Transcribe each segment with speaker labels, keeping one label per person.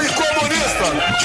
Speaker 1: e comunista.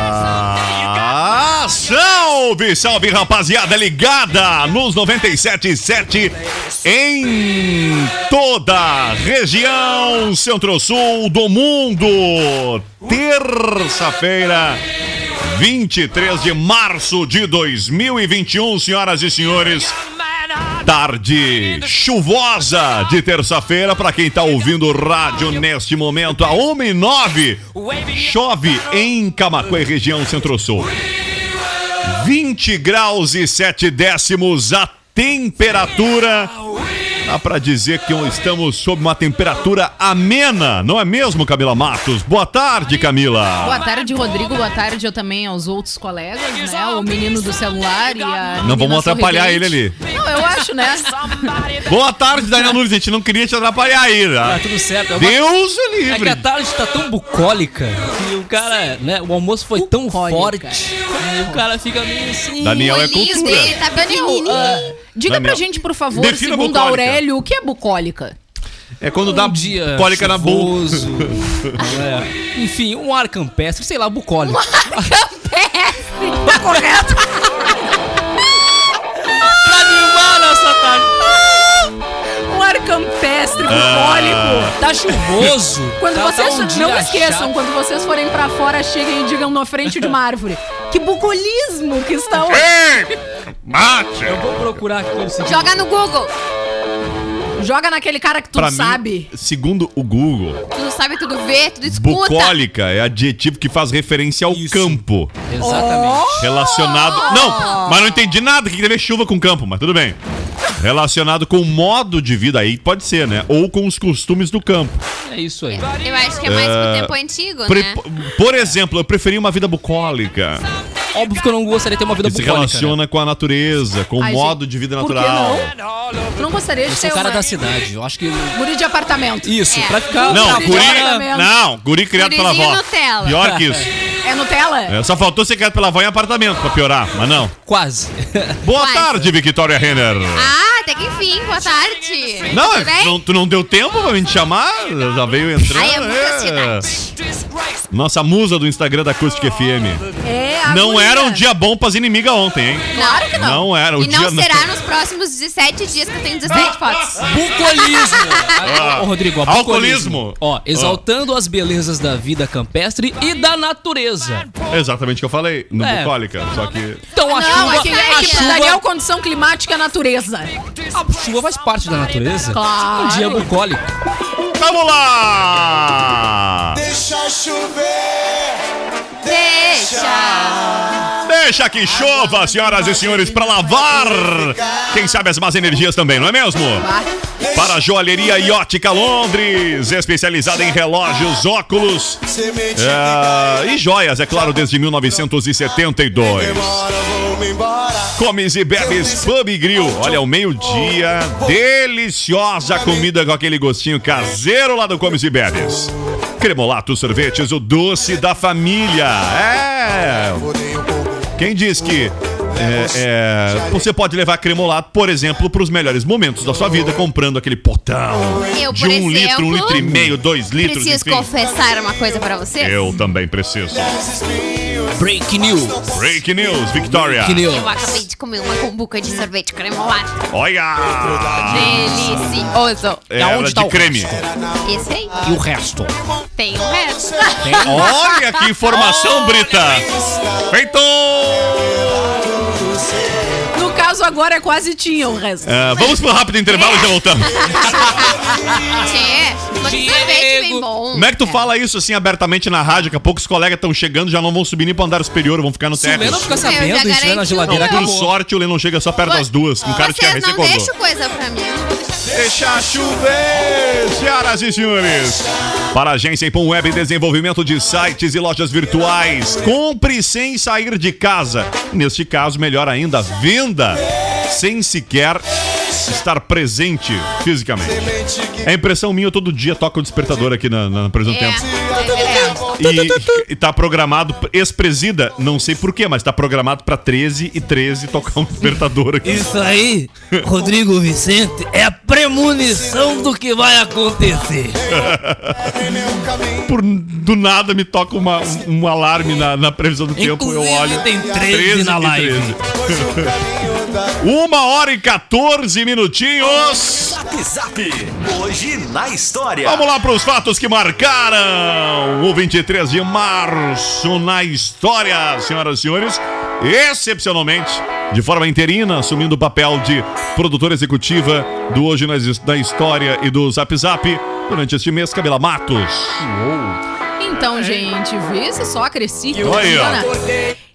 Speaker 2: Opa! Salve, salve, rapaziada ligada nos 97.7 em toda a região centro-sul do mundo. Terça-feira, 23 de março de 2021, senhoras e senhores. Tarde chuvosa de terça-feira para quem tá ouvindo o rádio neste momento, a 1 e 9 Chove em Camacuã e região centro-sul. 20 graus e 7 décimos a temperatura. Dá pra dizer que estamos sob uma temperatura amena, não é mesmo, Camila Matos? Boa tarde, Camila.
Speaker 3: Boa tarde, Rodrigo. Boa tarde eu também aos outros colegas, né? O menino do celular e a.
Speaker 2: Não vamos
Speaker 3: menina
Speaker 2: atrapalhar ele
Speaker 3: sorridente.
Speaker 2: ali.
Speaker 3: Não, eu acho, né?
Speaker 2: Boa tarde, Daniel Nunes. A gente não queria te atrapalhar aí,
Speaker 4: Tá
Speaker 2: né?
Speaker 4: tudo certo. É, uma-
Speaker 2: Deus o
Speaker 4: é que
Speaker 2: livre.
Speaker 4: a tarde tá tão bucólica que o cara, né? O almoço foi tão
Speaker 3: Bucólica.
Speaker 4: forte e o cara fica meio assim.
Speaker 2: Daniel é
Speaker 5: Feliz
Speaker 2: cultura.
Speaker 5: dele, tá pequenininho.
Speaker 4: ah,
Speaker 3: Diga
Speaker 2: Daniel.
Speaker 3: pra gente, por favor,
Speaker 2: Defina
Speaker 3: segundo
Speaker 2: bucólica.
Speaker 3: Aurélio, o que é bucólica?
Speaker 2: É quando
Speaker 4: um
Speaker 2: dá
Speaker 4: dia
Speaker 2: pólica na boca.
Speaker 4: chuvoso, né? Enfim, um ar campestre, sei lá, bucólico. Tá
Speaker 3: Correto!
Speaker 4: pra animar a nossa tarde.
Speaker 3: Um ar campestre
Speaker 2: Ah.
Speaker 3: bucólico.
Speaker 4: Tá chuvoso.
Speaker 3: Quando
Speaker 4: tá, tá
Speaker 3: vocês.
Speaker 4: um dia
Speaker 3: não esqueçam,
Speaker 4: chato.
Speaker 3: quando vocês forem pra fora, cheguem e digam na frente de uma árvore. Que bucolismo que está hoje.
Speaker 2: Mate!
Speaker 4: Vou procurar aqui o seguinte.
Speaker 5: Joga no Google.
Speaker 3: Joga naquele cara que tu
Speaker 2: Pra mim,
Speaker 3: sabe.
Speaker 2: segundo o Google,
Speaker 5: Tu não sabe, tudo vê, tudo escuta.
Speaker 2: bucólica é adjetivo que faz referência ao
Speaker 4: Isso.
Speaker 2: campo.
Speaker 4: Exatamente.
Speaker 5: Oh!
Speaker 2: Relacionado. Não, mas não entendi nada. O que tem a ver chuva com campo? Mas tudo bem. Relacionado com o modo de vida aí, pode ser, né? Ou com os costumes do campo.
Speaker 4: É isso aí.
Speaker 5: Eu acho que é mais pro tempo antigo,
Speaker 2: Pre-
Speaker 5: né?
Speaker 2: Por exemplo, eu preferi uma vida bucólica.
Speaker 4: Óbvio que eu não gostaria de ter uma vida
Speaker 2: Que se
Speaker 4: bucólica. né?
Speaker 2: relaciona com a natureza, com o
Speaker 3: Ai,
Speaker 2: modo
Speaker 3: gente,
Speaker 2: de vida
Speaker 3: por que
Speaker 2: natural.
Speaker 3: Tu não gostaria de
Speaker 4: Eu sou
Speaker 3: ser
Speaker 4: o cara tá assim.
Speaker 3: uma...
Speaker 4: da cidade. Eu acho que.
Speaker 3: Guri de apartamento.
Speaker 4: Isso,
Speaker 5: É.
Speaker 4: pra ficar.
Speaker 2: Não,
Speaker 3: Guri de
Speaker 2: guri.
Speaker 3: apartamento.
Speaker 2: Não, guri criado pela
Speaker 5: Gurizinho
Speaker 2: avó.
Speaker 5: Nutella.
Speaker 2: Pior que isso.
Speaker 3: É Nutella?
Speaker 2: É, só faltou ser criado pela avó em apartamento pra piorar, mas não.
Speaker 4: Quase.
Speaker 2: Boa
Speaker 5: Quase.
Speaker 2: tarde, Victoria Renner.
Speaker 5: Ah, até que enfim, boa tarde.
Speaker 2: Não, é-
Speaker 5: Tudo bem?
Speaker 2: não, tu não deu tempo pra me te chamar? Já veio entrando.
Speaker 5: Ai, é muita
Speaker 2: Nossa musa do Instagram da Acústica FM.
Speaker 3: É, a
Speaker 2: Não
Speaker 3: guria.
Speaker 2: era um dia bom pras inimigas ontem, hein?
Speaker 3: Claro que não.
Speaker 2: Não era o
Speaker 5: E não
Speaker 2: dia-
Speaker 5: será nos próximos 17 dias que eu tenho 17 fotos.
Speaker 4: Bucolismo. Ô, Rodrigo, ó,
Speaker 2: Ah. Alcoolismo. Ah.
Speaker 4: Ó, exaltando as belezas da vida campestre e da natureza.
Speaker 2: É Exatamente o que eu falei, no
Speaker 4: É.
Speaker 2: bucólica. Só que.
Speaker 4: Então a
Speaker 3: Não,
Speaker 4: chuva.
Speaker 3: é que, é
Speaker 4: a
Speaker 3: que
Speaker 4: chuva,
Speaker 3: Daniel, condição climática, natureza.
Speaker 4: a chuva faz parte da natureza.
Speaker 3: Claro.
Speaker 4: Um dia bucólico.
Speaker 2: Vamos lá!
Speaker 1: Deixa chover.
Speaker 5: Deixa.
Speaker 2: Deixa que chova, senhoras e senhores, pra lavar! Quem sabe as más energias também, não é mesmo? Para a joalheria e ótica Londres, especializada em relógios, óculos
Speaker 1: Semente
Speaker 2: eh, e joias, é claro, desde 1972.
Speaker 1: vamos embora.
Speaker 2: Comes e bebes Pub e Grill. Olha, ao meio-dia, deliciosa comida com aquele gostinho caseiro lá do Comes e Bebes. Cremolato Sorvetes, o doce da família. É! Quem diz que é, é, você pode levar cremolato, por exemplo, para os melhores momentos da sua vida, comprando aquele potão
Speaker 5: Eu,
Speaker 2: de
Speaker 5: por
Speaker 2: um litro, um
Speaker 5: exemplo,
Speaker 2: litro e meio, dois litros,
Speaker 5: preciso
Speaker 2: enfim.
Speaker 5: confessar uma coisa pra vocês.
Speaker 2: Eu também preciso.
Speaker 4: Break news.
Speaker 2: Break News, Victoria.
Speaker 4: Break news.
Speaker 5: Eu acabei de comer uma cumbuca de sorvete cremolato.
Speaker 4: Ah.
Speaker 2: Olha!
Speaker 5: Delicioso.
Speaker 2: É,
Speaker 4: Aonde
Speaker 2: era
Speaker 4: tá
Speaker 2: de
Speaker 4: o
Speaker 2: creme.
Speaker 4: resto?
Speaker 5: Esse aí
Speaker 4: E o resto?
Speaker 5: tem o resto.
Speaker 2: Olha que informação, Brita! Feito!
Speaker 3: No caso, a agora é quase tinha o resto.
Speaker 2: Ah, vamos pro rápido intervalo e já voltamos.
Speaker 5: Tchê, é. mas
Speaker 4: Ah. Diego.
Speaker 5: sorvete bem bom.
Speaker 2: Como é que tu fala isso assim abertamente na rádio? Daqui a pouco os colegas estão chegando, já não vão subir nem pro andar superior, vão ficar no
Speaker 6: é
Speaker 4: Se o Lê
Speaker 2: térreo.
Speaker 4: não ficar
Speaker 5: já
Speaker 4: sabendo, enfiando na
Speaker 5: garanti
Speaker 4: geladeira,
Speaker 5: o
Speaker 2: Por
Speaker 5: meu.
Speaker 4: acabou.
Speaker 2: sorte, o Lê não chega só perto das duas. Um cara que tinha
Speaker 5: Vocês
Speaker 2: recém
Speaker 5: não
Speaker 2: acordou.
Speaker 5: deixam coisa pra mim. eu não vou deixar.
Speaker 2: Deixa chover, senhoras e senhores. Para a agência Ipom Web, desenvolvimento de sites e lojas virtuais. Compre sem sair de casa. Neste caso, melhor ainda, venda sem sequer estar presente fisicamente. É impressão minha, eu todo dia toco o despertador aqui na, na Preso do
Speaker 5: É,
Speaker 2: Tempo.
Speaker 5: é, é real.
Speaker 2: E, e tá programado, ex-presida, não sei porquê, mas tá programado pra 13 e 13 tocar um despertador aqui.
Speaker 6: Isso aí, Rodrigo Vicente, é a premonição do que vai acontecer.
Speaker 2: Por, do nada me toca uma, um alarme na, na previsão do tempo, eu
Speaker 6: Inclusive,
Speaker 2: olho.
Speaker 6: tem 13 na
Speaker 2: e
Speaker 6: live.
Speaker 2: 13. Uma hora e 14 minutinhos.
Speaker 7: Zap Zap. Hoje na história.
Speaker 2: Vamos lá para os fatos que marcaram o 23 de março na história, senhoras e senhores. Excepcionalmente, de forma interina, assumindo o papel de produtora executiva do Hoje na, na História e do Zap Zap, durante este mês, Camila Matos.
Speaker 3: Então, gente, vê se só cresci.
Speaker 2: Olha aí, ó.
Speaker 3: Ana.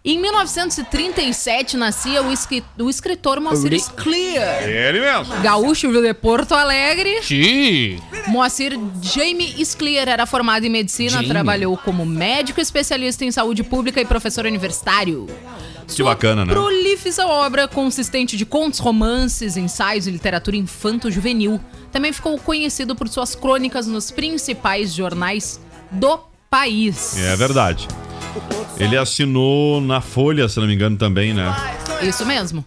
Speaker 3: Em 1937 nascia o, esqui- o escritor Moacir Clear.
Speaker 2: Ele mesmo.
Speaker 3: Gaúcho de Porto Alegre,
Speaker 4: Ti.
Speaker 3: Moacir Jamie Scler era formado em medicina,
Speaker 4: Jamie.
Speaker 3: trabalhou como médico especialista em saúde pública e professor universitário.
Speaker 2: Que bacana, né?
Speaker 3: Prolífica obra consistente de contos, romances, ensaios e literatura infanto-juvenil. Também ficou conhecido por suas crônicas nos principais jornais do país.
Speaker 2: É verdade. Ele assinou na Folha, se não me engano, também, né?
Speaker 3: Isso mesmo.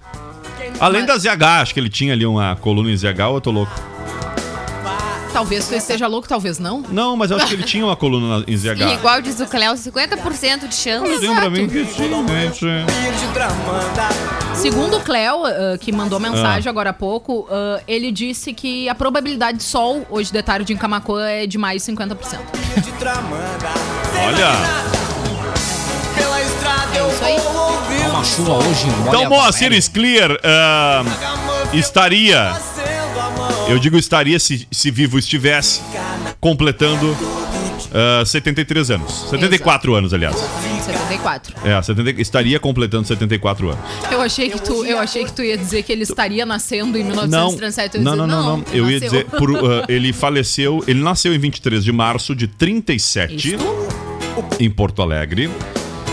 Speaker 2: Além da ZH, acho que ele tinha ali uma coluna em ZH, ou eu tô louco?
Speaker 3: Talvez tu esteja louco, talvez não.
Speaker 2: Não, mas eu acho que ele tinha uma coluna na- em
Speaker 5: E
Speaker 2: ZH.
Speaker 5: igual diz o Cléo, 50% de chance.
Speaker 2: Deu pra mim que sim, né? Tinha.
Speaker 3: Segundo o Cléo, ah, que mandou mensagem agora há pouco, ah, ele disse que a probabilidade de sol hoje de tarde em Camacuã é de mais 50%.
Speaker 2: Olha.
Speaker 4: Uma chuva hoje.
Speaker 2: Então, Moacir Sclear ah, estaria. Eu digo estaria se, se vivo estivesse, completando ah, 73 anos. 74 anos, aliás.
Speaker 3: 74.
Speaker 2: É, 70 estaria completando 74 anos.
Speaker 3: Eu achei que tu, eu achei que tu ia dizer que ele estaria nascendo em
Speaker 2: Não,
Speaker 3: 1937. Eu ia
Speaker 2: não, não,
Speaker 3: dizer,
Speaker 2: não, não. Eu ia
Speaker 3: nasceu.
Speaker 2: dizer, por, uh, ele faleceu, ele nasceu em 23 de março de 37 em Porto Alegre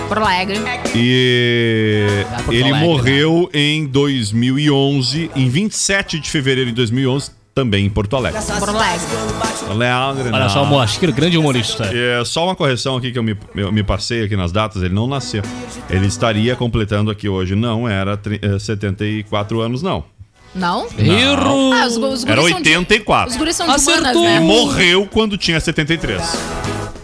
Speaker 3: Porto Alegre.
Speaker 2: e
Speaker 4: Ah, Porto
Speaker 2: ele
Speaker 4: Alegre,
Speaker 2: morreu em 2011, em 27 de fevereiro de 2011, também em Porto Alegre.
Speaker 3: Porto Alegre.
Speaker 2: Alegre,
Speaker 4: Olha
Speaker 2: não.
Speaker 4: só o Moacir, grande humorista.
Speaker 2: É, só uma correção aqui que eu me, eu me passei aqui nas datas, ele não nasceu. Ele estaria completando aqui hoje, não era tri- eh, 74 anos, não.
Speaker 3: Não?
Speaker 4: Erro.
Speaker 3: Ah, os, gu- os guris
Speaker 2: Era
Speaker 3: são de-
Speaker 2: 84.
Speaker 3: os guris são de humanas,
Speaker 4: Acertou.
Speaker 2: E
Speaker 3: né?
Speaker 2: morreu quando tinha 73.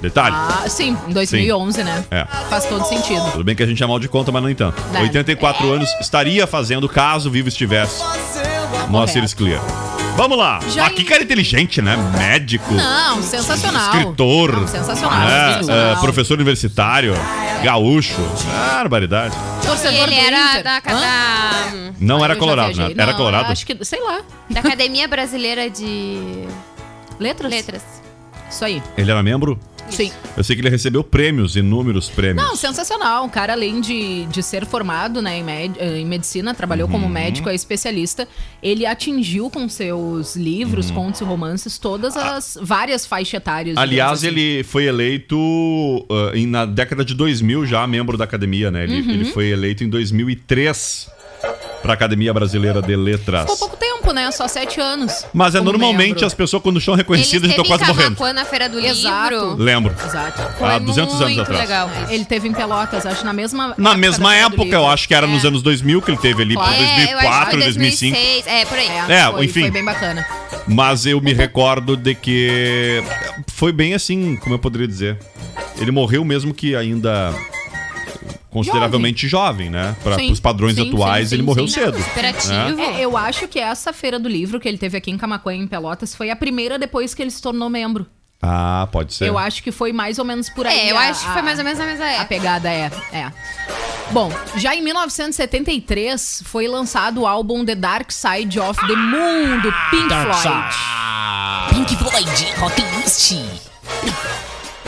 Speaker 2: Detalhe.
Speaker 3: Ah, sim, em 2011, né?
Speaker 2: É.
Speaker 3: Faz todo sentido.
Speaker 2: Tudo bem que a gente é mal de conta, mas não entanto.
Speaker 3: Dá. É.
Speaker 2: 84 anos estaria fazendo caso vivo estivesse. Moacir Clear. Vamos lá.
Speaker 3: Já
Speaker 2: Ah, que cara inteligente, né? Médico.
Speaker 3: Não, sensacional.
Speaker 2: Escritor.
Speaker 3: Não, sensacional.
Speaker 2: né?
Speaker 3: sensacional.
Speaker 2: Ah, professor universitário. Gaúcho. Barbaridade.
Speaker 5: E
Speaker 3: Torcedor
Speaker 5: ele
Speaker 3: do
Speaker 5: era
Speaker 3: Inter.
Speaker 5: da,
Speaker 3: Hã?
Speaker 5: da,
Speaker 2: Não
Speaker 3: Ah,
Speaker 2: era
Speaker 3: eu já
Speaker 2: colorado, né?
Speaker 3: viajei.
Speaker 2: Era
Speaker 3: Não,
Speaker 2: colorado.
Speaker 3: Acho que, sei lá.
Speaker 5: da Academia Brasileira de
Speaker 3: Letras?
Speaker 5: Letras.
Speaker 3: Isso aí.
Speaker 2: Ele era membro?
Speaker 3: Sim.
Speaker 2: Eu sei que ele recebeu prêmios, inúmeros prêmios.
Speaker 3: Não, sensacional. Um cara, além de, de ser formado né, em, med- eh, em medicina, trabalhou como
Speaker 2: Uhum.
Speaker 3: médico, é especialista. Ele atingiu com seus livros,
Speaker 2: Uhum.
Speaker 3: contos e romances todas as várias faixas etárias. digamos
Speaker 2: Ah. Aliás,
Speaker 3: assim.
Speaker 2: ele foi eleito ah, em- na década de 2000 já, membro da academia, né? Ele, ele
Speaker 5: Uhum.
Speaker 2: foi eleito em 2003 pra Academia Brasileira de Letras.
Speaker 5: um
Speaker 3: Ficou pouco tempo, né? Só sete anos.
Speaker 2: Mas é
Speaker 3: como
Speaker 2: normalmente
Speaker 3: membro.
Speaker 2: as pessoas, quando são reconhecidas,
Speaker 5: ele
Speaker 2: estão
Speaker 5: esteve
Speaker 2: então quase
Speaker 5: em
Speaker 2: morrendo.
Speaker 5: Camaquã na Feira do
Speaker 3: Exato.
Speaker 5: Livro.
Speaker 2: Lembro.
Speaker 3: Exato.
Speaker 5: Foi
Speaker 2: Há 200 anos
Speaker 5: muito
Speaker 2: atrás.
Speaker 5: legal.
Speaker 3: Ele teve em Pelotas, acho, na mesma.
Speaker 2: Ah, Na
Speaker 3: da
Speaker 2: mesma
Speaker 3: Feira do
Speaker 2: época,
Speaker 3: Livro.
Speaker 2: eu acho que era nos
Speaker 3: É.
Speaker 2: anos 2000 que ele teve ali, por
Speaker 3: Claro.
Speaker 5: É, eu acho que
Speaker 2: 2004,
Speaker 5: foi
Speaker 2: 2005.
Speaker 5: 2006. É, por aí.
Speaker 2: É,
Speaker 3: foi,
Speaker 2: enfim.
Speaker 3: Foi bem bacana.
Speaker 2: Mas eu me recordo de que foi bem assim, como eu poderia dizer. Ele morreu mesmo que ainda consideravelmente jovem, né? Para
Speaker 3: Sim.
Speaker 2: os padrões
Speaker 3: Sim,
Speaker 2: atuais,
Speaker 3: sim,
Speaker 2: ele
Speaker 3: sim,
Speaker 2: morreu
Speaker 3: sim.
Speaker 2: cedo.
Speaker 5: Imperativo.
Speaker 3: É, eu acho que essa feira do livro que ele teve aqui em Camacuã, em Pelotas, foi a primeira depois que ele se tornou membro.
Speaker 2: Ah, pode ser.
Speaker 3: Eu acho que foi mais ou menos por aí.
Speaker 5: É, eu
Speaker 3: a-
Speaker 5: acho que foi mais ou menos na mesma
Speaker 3: a
Speaker 5: época.
Speaker 3: pegada é, é. Bom, já em 1973 foi lançado o álbum The Dark Side of the Moon do Pink Floyd.
Speaker 6: Pink Floyd, Rocklist.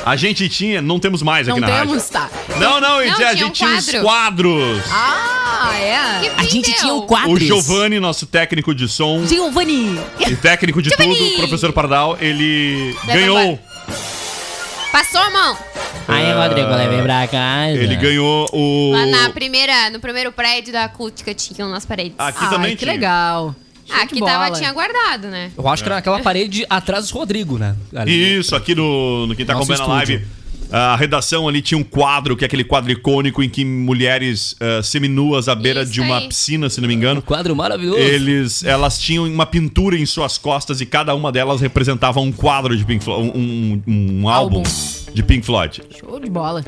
Speaker 2: A gente tinha, não temos mais aqui
Speaker 3: Não
Speaker 2: na
Speaker 3: temos, tá?
Speaker 2: rádio. Não, não, e
Speaker 5: Não,
Speaker 2: a
Speaker 5: tinha
Speaker 2: gente
Speaker 5: um
Speaker 2: tinha os
Speaker 5: quadro.
Speaker 2: quadros.
Speaker 3: Ah, é.
Speaker 6: A gente tinha o
Speaker 5: quadro.
Speaker 2: O
Speaker 6: quadro.
Speaker 2: Giovanni, nosso técnico de som
Speaker 3: Giovanni.
Speaker 2: e técnico de tudo, o professor Pardal, ele ganhou.
Speaker 5: Passou a mão.
Speaker 6: Aí, Rodrigo, levei pra casa.
Speaker 4: É.
Speaker 2: Ele ganhou o.
Speaker 5: Lá na primeira, no primeiro prédio da acústica tinham nas paredes.
Speaker 2: Aqui
Speaker 3: Ai,
Speaker 2: também
Speaker 3: que
Speaker 2: tinha.
Speaker 3: legal. Show
Speaker 5: Ah,
Speaker 3: de
Speaker 5: aqui
Speaker 3: bola.
Speaker 5: tava, tinha guardado, né?
Speaker 4: Eu acho que era aquela parede atrás do Rodrigo, né? Ali.
Speaker 2: Isso, aqui no, no quem tá
Speaker 4: Nosso
Speaker 2: acompanhando a
Speaker 4: estúdio.
Speaker 2: live. A redação ali tinha um quadro, que é aquele quadro icônico em que mulheres eh, seminuas à beira
Speaker 5: Isso
Speaker 2: de uma
Speaker 5: aí.
Speaker 2: piscina, se não me engano.
Speaker 4: Quadro maravilhoso.
Speaker 2: Eles, elas tinham uma pintura em suas costas e cada uma delas representava um quadro de Pink Floyd, um, um- um álbum
Speaker 3: Álbum.
Speaker 2: de Pink Floyd.
Speaker 3: Show de bola.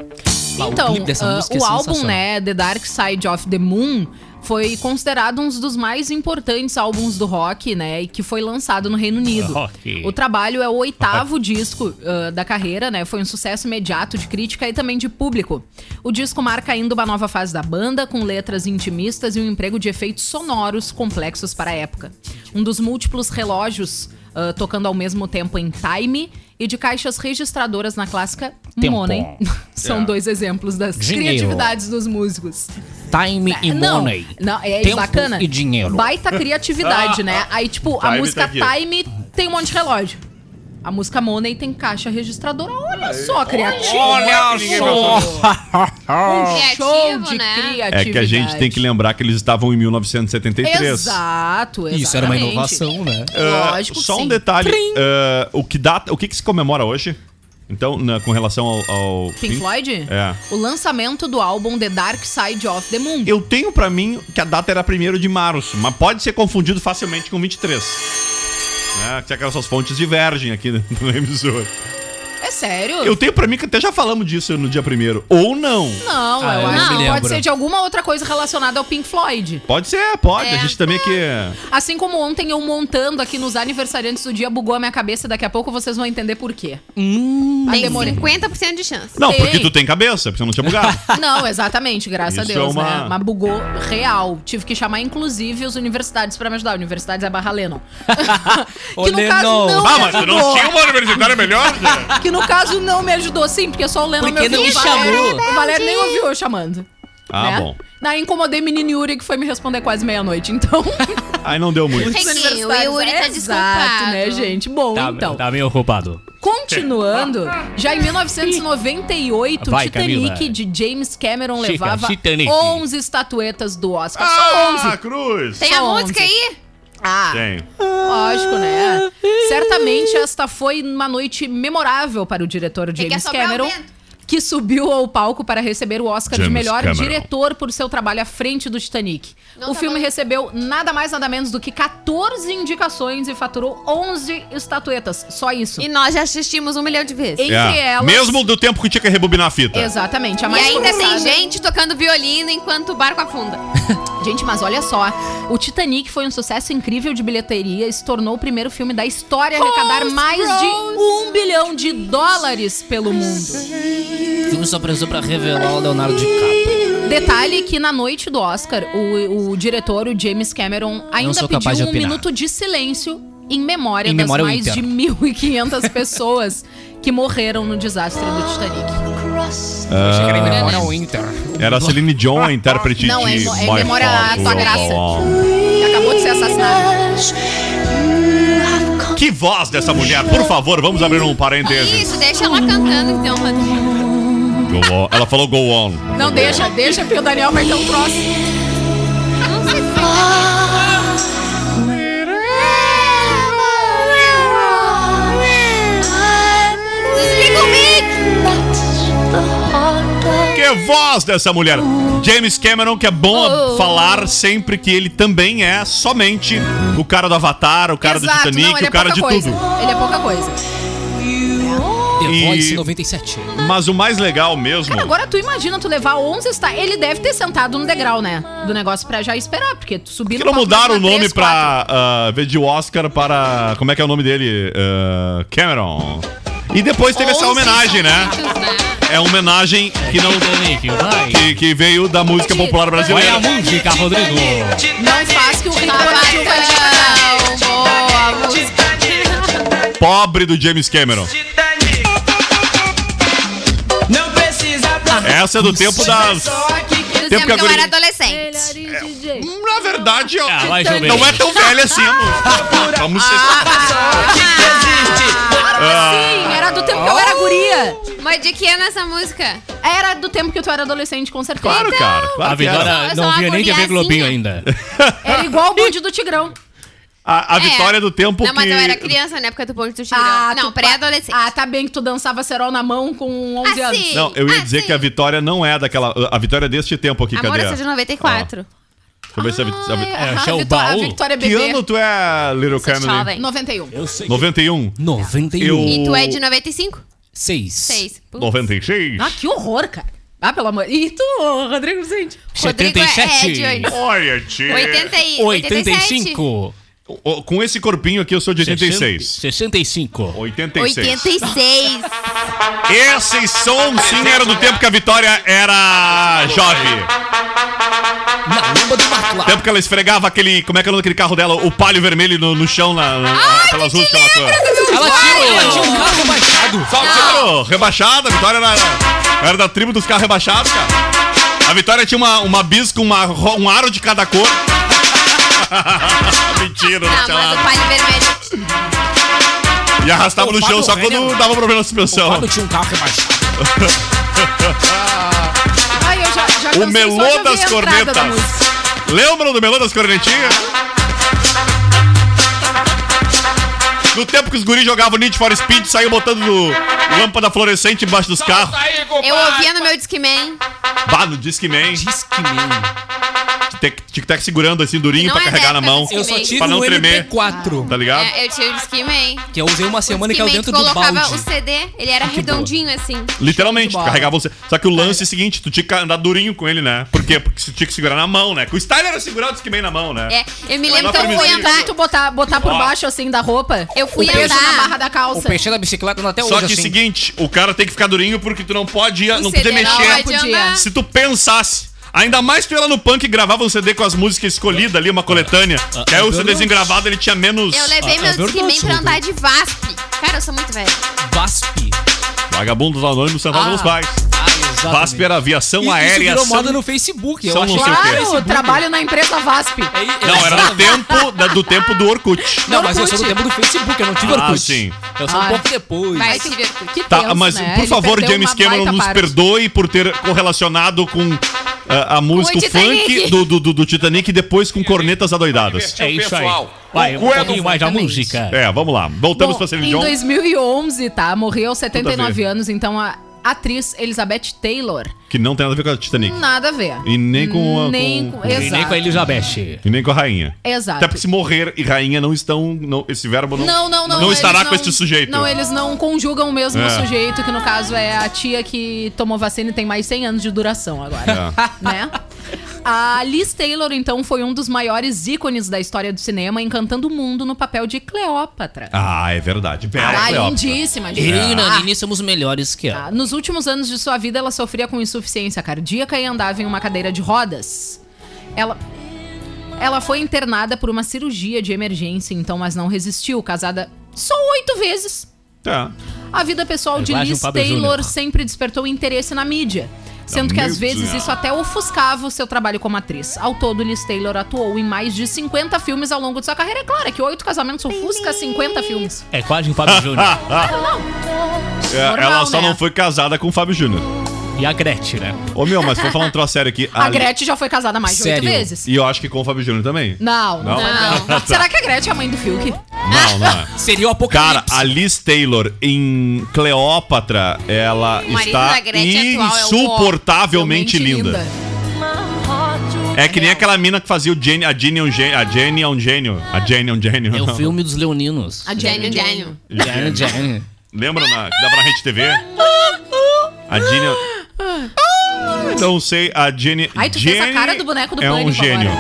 Speaker 4: Ah, o
Speaker 3: Então,
Speaker 4: clipe dessa
Speaker 3: ah,
Speaker 4: música é
Speaker 3: o álbum,
Speaker 4: sensacional.
Speaker 3: né, The Dark Side of the Moon, foi considerado um dos mais importantes álbuns do rock, né, e que foi lançado no Reino Unido.
Speaker 2: Rock.
Speaker 3: O trabalho é o oitavo disco ah, da carreira, né, foi um sucesso imediato de crítica e também de público. O disco marca ainda uma nova fase da banda, com letras intimistas e um emprego de efeitos sonoros complexos para a época. Um dos múltiplos relógios ah, tocando ao mesmo tempo em time e de caixas registradoras na clássica
Speaker 4: Tempo.
Speaker 3: Money. São dois exemplos das
Speaker 4: Dinheiro.
Speaker 3: criatividades dos músicos.
Speaker 4: Time e
Speaker 3: Ah, não,
Speaker 4: money.
Speaker 3: não, é
Speaker 4: Tempo
Speaker 3: bacana.
Speaker 4: e dinheiro.
Speaker 3: Baita criatividade, né? Aí, tipo, a
Speaker 2: Time
Speaker 3: música
Speaker 2: tá aqui.
Speaker 3: Time tem um monte de relógio. A música Money tem caixa registradora. Olha só, criativo.
Speaker 6: Ah,
Speaker 3: Um
Speaker 5: Criativo,
Speaker 3: show de
Speaker 5: né?
Speaker 2: É
Speaker 3: criatividade.
Speaker 2: que a gente tem que lembrar que eles estavam em 1973.
Speaker 3: Exato, exatamente.
Speaker 4: Isso era uma inovação, né?
Speaker 2: Ah,
Speaker 3: Lógico que
Speaker 2: Só um
Speaker 3: sim.
Speaker 2: detalhe. ah, o que data, o que, que se comemora hoje? Então, na- com relação ao, ao
Speaker 3: Pink Floyd?
Speaker 2: É.
Speaker 3: O lançamento do álbum The Dark Side of the Moon.
Speaker 2: Eu tenho pra mim que a data era 1 de março, mas pode ser confundido facilmente com 23. Né? Que aquelas suas fontes divergem aqui no no emissor.
Speaker 3: É sério?
Speaker 2: Eu tenho pra mim que até já falamos disso no dia primeiro. Ou não.
Speaker 3: Não,
Speaker 4: Ah,
Speaker 3: eu
Speaker 4: eu
Speaker 3: acho que
Speaker 4: não me
Speaker 3: pode
Speaker 4: lembro.
Speaker 3: ser de alguma outra coisa relacionada ao Pink Floyd.
Speaker 2: Pode ser, pode.
Speaker 5: É.
Speaker 2: A gente também que.
Speaker 3: Assim como ontem eu montando aqui nos aniversariantes do dia bugou a minha cabeça, daqui a pouco vocês vão entender por quê. Ah,
Speaker 5: Tem
Speaker 3: demorei.
Speaker 5: 50% de chance.
Speaker 2: Não,
Speaker 3: Tem.
Speaker 2: porque tu tem cabeça, porque eu não tinha bugado.
Speaker 3: Não, exatamente, graças
Speaker 2: Isso
Speaker 3: a Deus,
Speaker 2: é uma-
Speaker 3: né? Mas bugou real. Tive que chamar, inclusive, os universidades pra me ajudar. Universidades é barra Lennon.
Speaker 4: Ô,
Speaker 3: que no caso
Speaker 4: Lennon.
Speaker 3: não
Speaker 2: ah,
Speaker 3: me
Speaker 2: mas tu
Speaker 3: ajudou.
Speaker 2: não tinha uma universitária melhor? né?
Speaker 3: Que no caso não me ajudou, sim, porque só o Lennon me
Speaker 4: Porque não me
Speaker 3: ouviu. O
Speaker 4: chamou.
Speaker 3: Valério- O Valério nem ouviu eu chamando.
Speaker 2: Ah,
Speaker 3: né?
Speaker 2: bom.
Speaker 3: Daí incomodei menino Yuri que foi me responder quase meia-noite. Então,
Speaker 2: Aí não deu muito.
Speaker 5: Tem É que-
Speaker 3: universidades-
Speaker 5: o Yuri tá
Speaker 3: Exato, né,
Speaker 5: desculpado.
Speaker 3: gente? Bom,
Speaker 4: Tá,
Speaker 3: então.
Speaker 4: tá meio ocupado.
Speaker 3: Continuando, já em 1998,
Speaker 4: Vai,
Speaker 3: Titanic
Speaker 4: Camila.
Speaker 3: de James Cameron
Speaker 4: Chica,
Speaker 3: levava
Speaker 4: Titanic.
Speaker 3: 11 estatuetas do Oscar. Só 11.
Speaker 2: Ah, cruz!
Speaker 5: Tem a
Speaker 3: Só
Speaker 5: música aí?
Speaker 3: Ah,
Speaker 2: Tem.
Speaker 3: lógico, né? Certamente esta foi uma noite memorável para o diretor
Speaker 5: que
Speaker 3: James
Speaker 5: assombrar o
Speaker 3: Cameron.
Speaker 5: vento.
Speaker 3: Que subiu ao palco para receber o Oscar de
Speaker 2: James
Speaker 3: melhor
Speaker 2: Cameron.
Speaker 3: diretor por seu trabalho à frente do Titanic.
Speaker 5: Não
Speaker 3: o
Speaker 5: tá
Speaker 3: filme
Speaker 5: bom.
Speaker 3: recebeu nada mais, nada menos do que 14 indicações e faturou 11 estatuetas. Só isso.
Speaker 5: E nós já assistimos um milhão de vezes.
Speaker 3: Entre
Speaker 2: É.
Speaker 3: elas.
Speaker 2: Mesmo do tempo que tinha que rebobinar a fita.
Speaker 3: Exatamente. A
Speaker 5: E
Speaker 3: mais
Speaker 5: ainda tem
Speaker 3: cobiçada-
Speaker 5: gente tocando violino enquanto o barco afunda.
Speaker 3: Gente, mas olha só. O Titanic foi um sucesso incrível de bilheteria e se tornou o primeiro filme da história a arrecadar mais de um bilhão de dólares pelo mundo.
Speaker 4: O filme só precisou pra revelar o Leonardo DiCaprio.
Speaker 3: Detalhe que na noite do Oscar, o, o diretor, o James Cameron, ainda
Speaker 4: sou capaz de
Speaker 3: pediu um
Speaker 4: opinar.
Speaker 3: minuto de silêncio em memória
Speaker 4: Em
Speaker 3: das
Speaker 4: memória eu
Speaker 3: mais de
Speaker 4: entendo.
Speaker 3: 1.500 pessoas que morreram no desastre do Titanic.
Speaker 4: Chegaram em memória ao Inter.
Speaker 2: Era a Celine Dion a intérprete
Speaker 3: Não, é
Speaker 2: de
Speaker 3: mo- é
Speaker 2: My
Speaker 3: memória
Speaker 2: Fault, Oh,
Speaker 3: à tua
Speaker 2: Your
Speaker 3: graça.
Speaker 2: Fault.
Speaker 3: Que acabou de ser assassinado.
Speaker 2: Que voz dessa mulher, por favor, vamos abrir um parêntese.
Speaker 5: Isso, deixa ela cantando então, Rodrigo.
Speaker 2: Go on. Ela falou go on.
Speaker 3: Não deixa, deixa, porque o Daniel vai ter um troço.
Speaker 5: Não sei se- Desliga o mic!
Speaker 2: Que voz dessa mulher. James Cameron, que é bom
Speaker 3: Oh.
Speaker 2: falar sempre que ele também é somente o cara do Avatar, o cara do Titanic,
Speaker 3: ele é
Speaker 2: o cara
Speaker 3: pouca
Speaker 2: de
Speaker 3: coisa.
Speaker 2: tudo.
Speaker 3: Ele é pouca coisa.
Speaker 4: The
Speaker 2: E-
Speaker 4: Voice 97.
Speaker 2: Mas o mais legal mesmo.
Speaker 3: Agora tu imagina tu levar 11 está Ele deve ter sentado no degrau, né? Do negócio pra já esperar, porque tu subir
Speaker 2: Por que
Speaker 3: no
Speaker 2: não
Speaker 3: palco
Speaker 2: mudaram o
Speaker 3: imagina
Speaker 2: nome
Speaker 3: três, quatro.
Speaker 2: pra. ah, em vez de Oscar para. Como é que é o nome dele? Ah, Cameron. E depois teve essa homenagem, né?
Speaker 5: né?
Speaker 2: É uma homenagem que não.
Speaker 4: Titanic, vai.
Speaker 2: Que, que veio da música popular
Speaker 4: Vai a
Speaker 2: brasileira.
Speaker 4: música, Rodrigo.
Speaker 3: Não é faz que o Rico Brasil vai te pagar.
Speaker 5: Então, boa música.
Speaker 2: Pobre do James Cameron.
Speaker 6: Não precisa
Speaker 2: Essa é do tempo das.
Speaker 5: Do
Speaker 2: Tempo que
Speaker 5: tempo que
Speaker 2: a
Speaker 5: eu
Speaker 2: guri-
Speaker 5: era adolescente. Hum,
Speaker 2: Na verdade, ó,
Speaker 4: Ah, vai, João
Speaker 2: não é tão velha assim, amor. Vamos
Speaker 5: Ah,
Speaker 2: ser.
Speaker 5: então
Speaker 2: Ah.
Speaker 3: Ah, Sim, era do tempo que eu era
Speaker 2: Oh.
Speaker 3: guria.
Speaker 5: Mas de que ano é essa música?
Speaker 3: Era do tempo que tu era adolescente, com certeza.
Speaker 2: Claro, cara.
Speaker 4: A
Speaker 2: Claro que era.
Speaker 4: Vitória
Speaker 5: Olha só,
Speaker 4: não
Speaker 5: uma
Speaker 4: via nem TV
Speaker 5: guriazinha.
Speaker 4: Globinho ainda.
Speaker 3: Era igual o bonde do Tigrão.
Speaker 2: A, a vitória é do tempo
Speaker 5: É. Não, mas eu era
Speaker 2: que.
Speaker 5: criança na época do Ponto do Tigrão.
Speaker 3: Ah,
Speaker 5: não,
Speaker 3: tu-
Speaker 5: pré-adolescente.
Speaker 3: Ah, tá bem que tu dançava cerol na mão com 11
Speaker 5: Ah,
Speaker 3: anos.
Speaker 5: sim.
Speaker 2: Não, eu ia
Speaker 5: Ah,
Speaker 2: dizer
Speaker 5: sim.
Speaker 2: que a vitória não é daquela. A vitória é deste tempo aqui,
Speaker 5: Amor,
Speaker 2: cadê?
Speaker 5: essa é de Ah, 94.
Speaker 2: Deixa eu ver se a vi- a vi-
Speaker 3: Ai,
Speaker 4: É,
Speaker 3: a,
Speaker 4: já o
Speaker 3: Vitó-
Speaker 4: baú.
Speaker 3: a Vitória
Speaker 2: Que
Speaker 3: Bebê.
Speaker 2: ano tu é, Little
Speaker 5: Sou
Speaker 2: Camille?
Speaker 5: jovem.
Speaker 3: 91. Eu
Speaker 2: 91?
Speaker 4: 91.
Speaker 2: Eu-
Speaker 5: E tu é de 95?
Speaker 4: 6.
Speaker 5: 6.
Speaker 2: 96?
Speaker 3: Ah, que horror, cara. Ah, pelo amor. E tu, Rodrigo Vicente?
Speaker 5: Rodrigo é de
Speaker 4: 77.
Speaker 5: 80.
Speaker 2: Olha, tia.
Speaker 5: 80 e 87.
Speaker 4: 85.
Speaker 2: O- o- Com esse corpinho aqui, eu sou de 86.
Speaker 4: 65.
Speaker 2: 86.
Speaker 5: 86.
Speaker 2: Esse som sim era do tempo que a Vitória era jovem.
Speaker 4: Na lomba do Bacla.
Speaker 2: Tempo que ela esfregava aquele. Como é que era aquele carro dela? O palio vermelho no, no chão, na, na, pelas ruas que ela
Speaker 4: Ela tinha, ela tinha um carro baixado.
Speaker 2: Claro, rebaixada, a Vitória era, era da tribo dos carros rebaixados, cara. A Vitória tinha uma, uma bis com uma ro- um aro de cada cor. Mentira, não
Speaker 5: Não,
Speaker 2: tinha
Speaker 5: Ah, mas o
Speaker 2: nada.
Speaker 5: palho vermelho.
Speaker 2: E arrastava
Speaker 4: O
Speaker 2: no chão só
Speaker 4: Fábio Renner-
Speaker 2: quando dava problema na suspensão.
Speaker 4: Quando tinha um carro rebaixado.
Speaker 3: Ai, eu
Speaker 2: O
Speaker 3: já, já cansei só de
Speaker 2: melô
Speaker 3: ouvir
Speaker 2: das
Speaker 3: a entrada
Speaker 2: cornetas.
Speaker 3: da música.
Speaker 2: Lembram do melô das cornetinhas? No tempo que os guris jogavam Need for Speed, saiu botando lâmpada fluorescente embaixo dos carros.
Speaker 5: Eu ouvia no meu Discman.
Speaker 2: Bah, no Discman,
Speaker 4: Discman.
Speaker 2: tic- tic-tac segurando assim, durinho
Speaker 5: Não
Speaker 2: pra
Speaker 5: é
Speaker 2: carregar na
Speaker 5: dessa,
Speaker 2: mão.
Speaker 5: Discman.
Speaker 4: Eu só tive
Speaker 2: Pra não
Speaker 4: um
Speaker 2: tremer.
Speaker 4: MP4.
Speaker 2: Tá ligado?
Speaker 5: É, eu tinha o Discman.
Speaker 4: Que eu usei uma
Speaker 5: O
Speaker 4: semana e caiu
Speaker 5: Discman tu
Speaker 4: é dentro do
Speaker 5: colocava
Speaker 4: balde.
Speaker 5: o CD, ele era redondinho assim.
Speaker 2: Literalmente,
Speaker 3: Show de bola.
Speaker 2: carregava você. Só que o lance é o seguinte, tu tinha que andar durinho com ele, né? Por quê? Porque você tinha que segurar na mão, né? Que O style era segurar o Discman na mão, né?
Speaker 5: É, eu me
Speaker 2: Era
Speaker 5: lembro
Speaker 2: uma
Speaker 5: que eu fui
Speaker 2: camisinha.
Speaker 5: andar.
Speaker 3: Então tu botar, botar por baixo, assim, da roupa.
Speaker 5: Eu fui
Speaker 3: o peso
Speaker 5: andar.
Speaker 3: na barra da
Speaker 4: O
Speaker 3: calça.
Speaker 4: peixe da bicicleta anda até
Speaker 2: Só
Speaker 4: hoje
Speaker 2: que é o
Speaker 4: assim.
Speaker 2: seguinte, o cara tem que ficar durinho porque tu não pode ir, não
Speaker 5: CD
Speaker 2: poder
Speaker 5: não
Speaker 2: mexer.
Speaker 5: vai
Speaker 3: Podia.
Speaker 5: adiantar.
Speaker 2: Se tu pensasse. Ainda mais tu ia lá no punk e gravava um CD com as músicas escolhidas ali, uma coletânea. Que aí o CDzinho gravado ele tinha menos.
Speaker 5: Eu levei
Speaker 4: Ah, é
Speaker 5: meu
Speaker 4: verdade,
Speaker 5: Discman pra
Speaker 4: Rodrigo.
Speaker 5: andar de VASP. Cara, eu sou muito velha.
Speaker 4: VASP.
Speaker 2: Vagabundos anônimos sentados
Speaker 4: Ah,
Speaker 2: nos pais.
Speaker 4: Ah, exatamente.
Speaker 2: VASP era aviação
Speaker 4: Isso
Speaker 2: aérea.
Speaker 4: virou
Speaker 2: São-
Speaker 4: moda no Facebook. Eu
Speaker 2: São
Speaker 4: achei
Speaker 2: não sei o quê.
Speaker 3: Claro, trabalho na empresa VASP.
Speaker 4: É-
Speaker 2: Não, era do
Speaker 4: exatamente.
Speaker 2: tempo, da- do tempo do Orkut.
Speaker 4: Não, mas eu
Speaker 3: Orkut.
Speaker 4: sou do tempo do Facebook, eu não tive
Speaker 2: Ah,
Speaker 4: Orkut.
Speaker 2: sim.
Speaker 4: Eu sou
Speaker 3: Ah.
Speaker 4: um pouco depois.
Speaker 5: Vai, tive Orkut.
Speaker 3: Que
Speaker 2: Tá,
Speaker 3: tenso,
Speaker 2: mas
Speaker 3: né?
Speaker 2: por
Speaker 3: Ele
Speaker 2: favor,
Speaker 3: perdeu
Speaker 2: James
Speaker 3: uma
Speaker 2: Cameron,
Speaker 3: baita
Speaker 2: nos
Speaker 3: parte.
Speaker 2: perdoe por ter correlacionado com ah, a música o
Speaker 5: Titanic.
Speaker 2: funk do, do, do- do Titanic e depois com cornetas addoidadas.
Speaker 4: É isso aí.
Speaker 1: pessoal.
Speaker 4: Vai,
Speaker 2: O
Speaker 4: um
Speaker 2: Guedo-
Speaker 4: pouquinho mais da
Speaker 3: Exatamente.
Speaker 4: música.
Speaker 2: É, vamos lá. Voltamos
Speaker 3: Bom,
Speaker 2: pra Então Celine
Speaker 3: em
Speaker 2: Dion.
Speaker 3: 2011, tá? Morreu aos
Speaker 2: Tudo a
Speaker 3: 79
Speaker 2: ver.
Speaker 3: anos, então a atriz Elizabeth Taylor.
Speaker 2: Que não tem nada a ver com a Titanic.
Speaker 3: Nada a ver.
Speaker 2: E nem com a.
Speaker 3: Nem
Speaker 2: com-
Speaker 3: com-
Speaker 4: E nem
Speaker 3: Exato.
Speaker 4: com a Elizabeth.
Speaker 2: E nem com a rainha.
Speaker 3: Exato.
Speaker 2: Até porque se morrer e rainha não estão. Não, esse verbo não.
Speaker 3: Tá. Não, não, não.
Speaker 2: Não estará
Speaker 3: eles
Speaker 2: com este sujeito.
Speaker 3: Não, eles não conjugam o mesmo
Speaker 2: É.
Speaker 3: sujeito, que no caso é a tia que tomou vacina e tem mais 100 anos de duração agora.
Speaker 2: É.
Speaker 3: Né? A Liz Taylor, então, foi um dos maiores ícones da história do cinema, encantando o mundo no papel de Cleópatra.
Speaker 2: Ah, é verdade. Bela
Speaker 3: Ah,
Speaker 2: Cleópatra.
Speaker 3: lindíssima, gente.
Speaker 4: Eu e
Speaker 3: Ah,
Speaker 4: Nanini somos melhores que ela.
Speaker 3: Tá. Nos últimos anos de sua vida, ela sofria com insuficiência cardíaca e andava em uma cadeira de rodas. Ela. Ela foi internada por uma cirurgia de emergência, então, mas não resistiu, casada só oito vezes.
Speaker 2: Tá.
Speaker 3: A vida pessoal de
Speaker 4: Linguagem
Speaker 3: Liz
Speaker 4: Fábio
Speaker 3: Taylor
Speaker 4: Júnior.
Speaker 3: sempre despertou interesse na mídia. Sendo que às vezes
Speaker 2: mídia.
Speaker 3: isso até ofuscava o seu trabalho como atriz. Ao todo, Liz Taylor atuou em mais de 50 filmes ao longo de sua carreira. É claro é que oito casamentos ofusca 50 filmes.
Speaker 4: É quase o Fábio Júnior.
Speaker 2: É,
Speaker 3: Normal,
Speaker 2: ela só
Speaker 3: né?
Speaker 2: não foi casada com o Fábio Júnior.
Speaker 4: E a Gretchen, né?
Speaker 2: Ô meu, mas vou falar um troço sério aqui.
Speaker 3: A
Speaker 2: Ali-
Speaker 3: Gretchen já foi casada mais de oito
Speaker 4: Sério?
Speaker 3: vezes.
Speaker 2: E eu acho que com o Fábio Júnior também.
Speaker 3: Não,
Speaker 2: Não?
Speaker 3: não.
Speaker 2: Não.
Speaker 3: Será que a Gretchen é a mãe do Fiuk?
Speaker 2: Não, não é.
Speaker 4: Seria o
Speaker 2: Cara,
Speaker 4: Apocalipse.
Speaker 2: a Liz Taylor em Cleópatra, ela
Speaker 5: O marido
Speaker 2: está
Speaker 5: da Gretchen atual é o
Speaker 2: insuportavelmente linda. É que nem aquela mina que fazia o Jenny, a Jenny é um gênio, a Jenny é um gênio, a Jenny é um gênio.
Speaker 4: É o
Speaker 2: não.
Speaker 4: filme dos leoninos.
Speaker 3: A
Speaker 5: Jânio,
Speaker 3: Jenny,
Speaker 5: Jânio.
Speaker 4: Jane, Jane.
Speaker 2: Lembra na, que dava na Rede TV? A Jenny Não sei, a Jenny
Speaker 3: Ai, tu fez a
Speaker 2: Jenny
Speaker 3: cara do boneco do
Speaker 2: é um
Speaker 3: pânico
Speaker 2: gênio.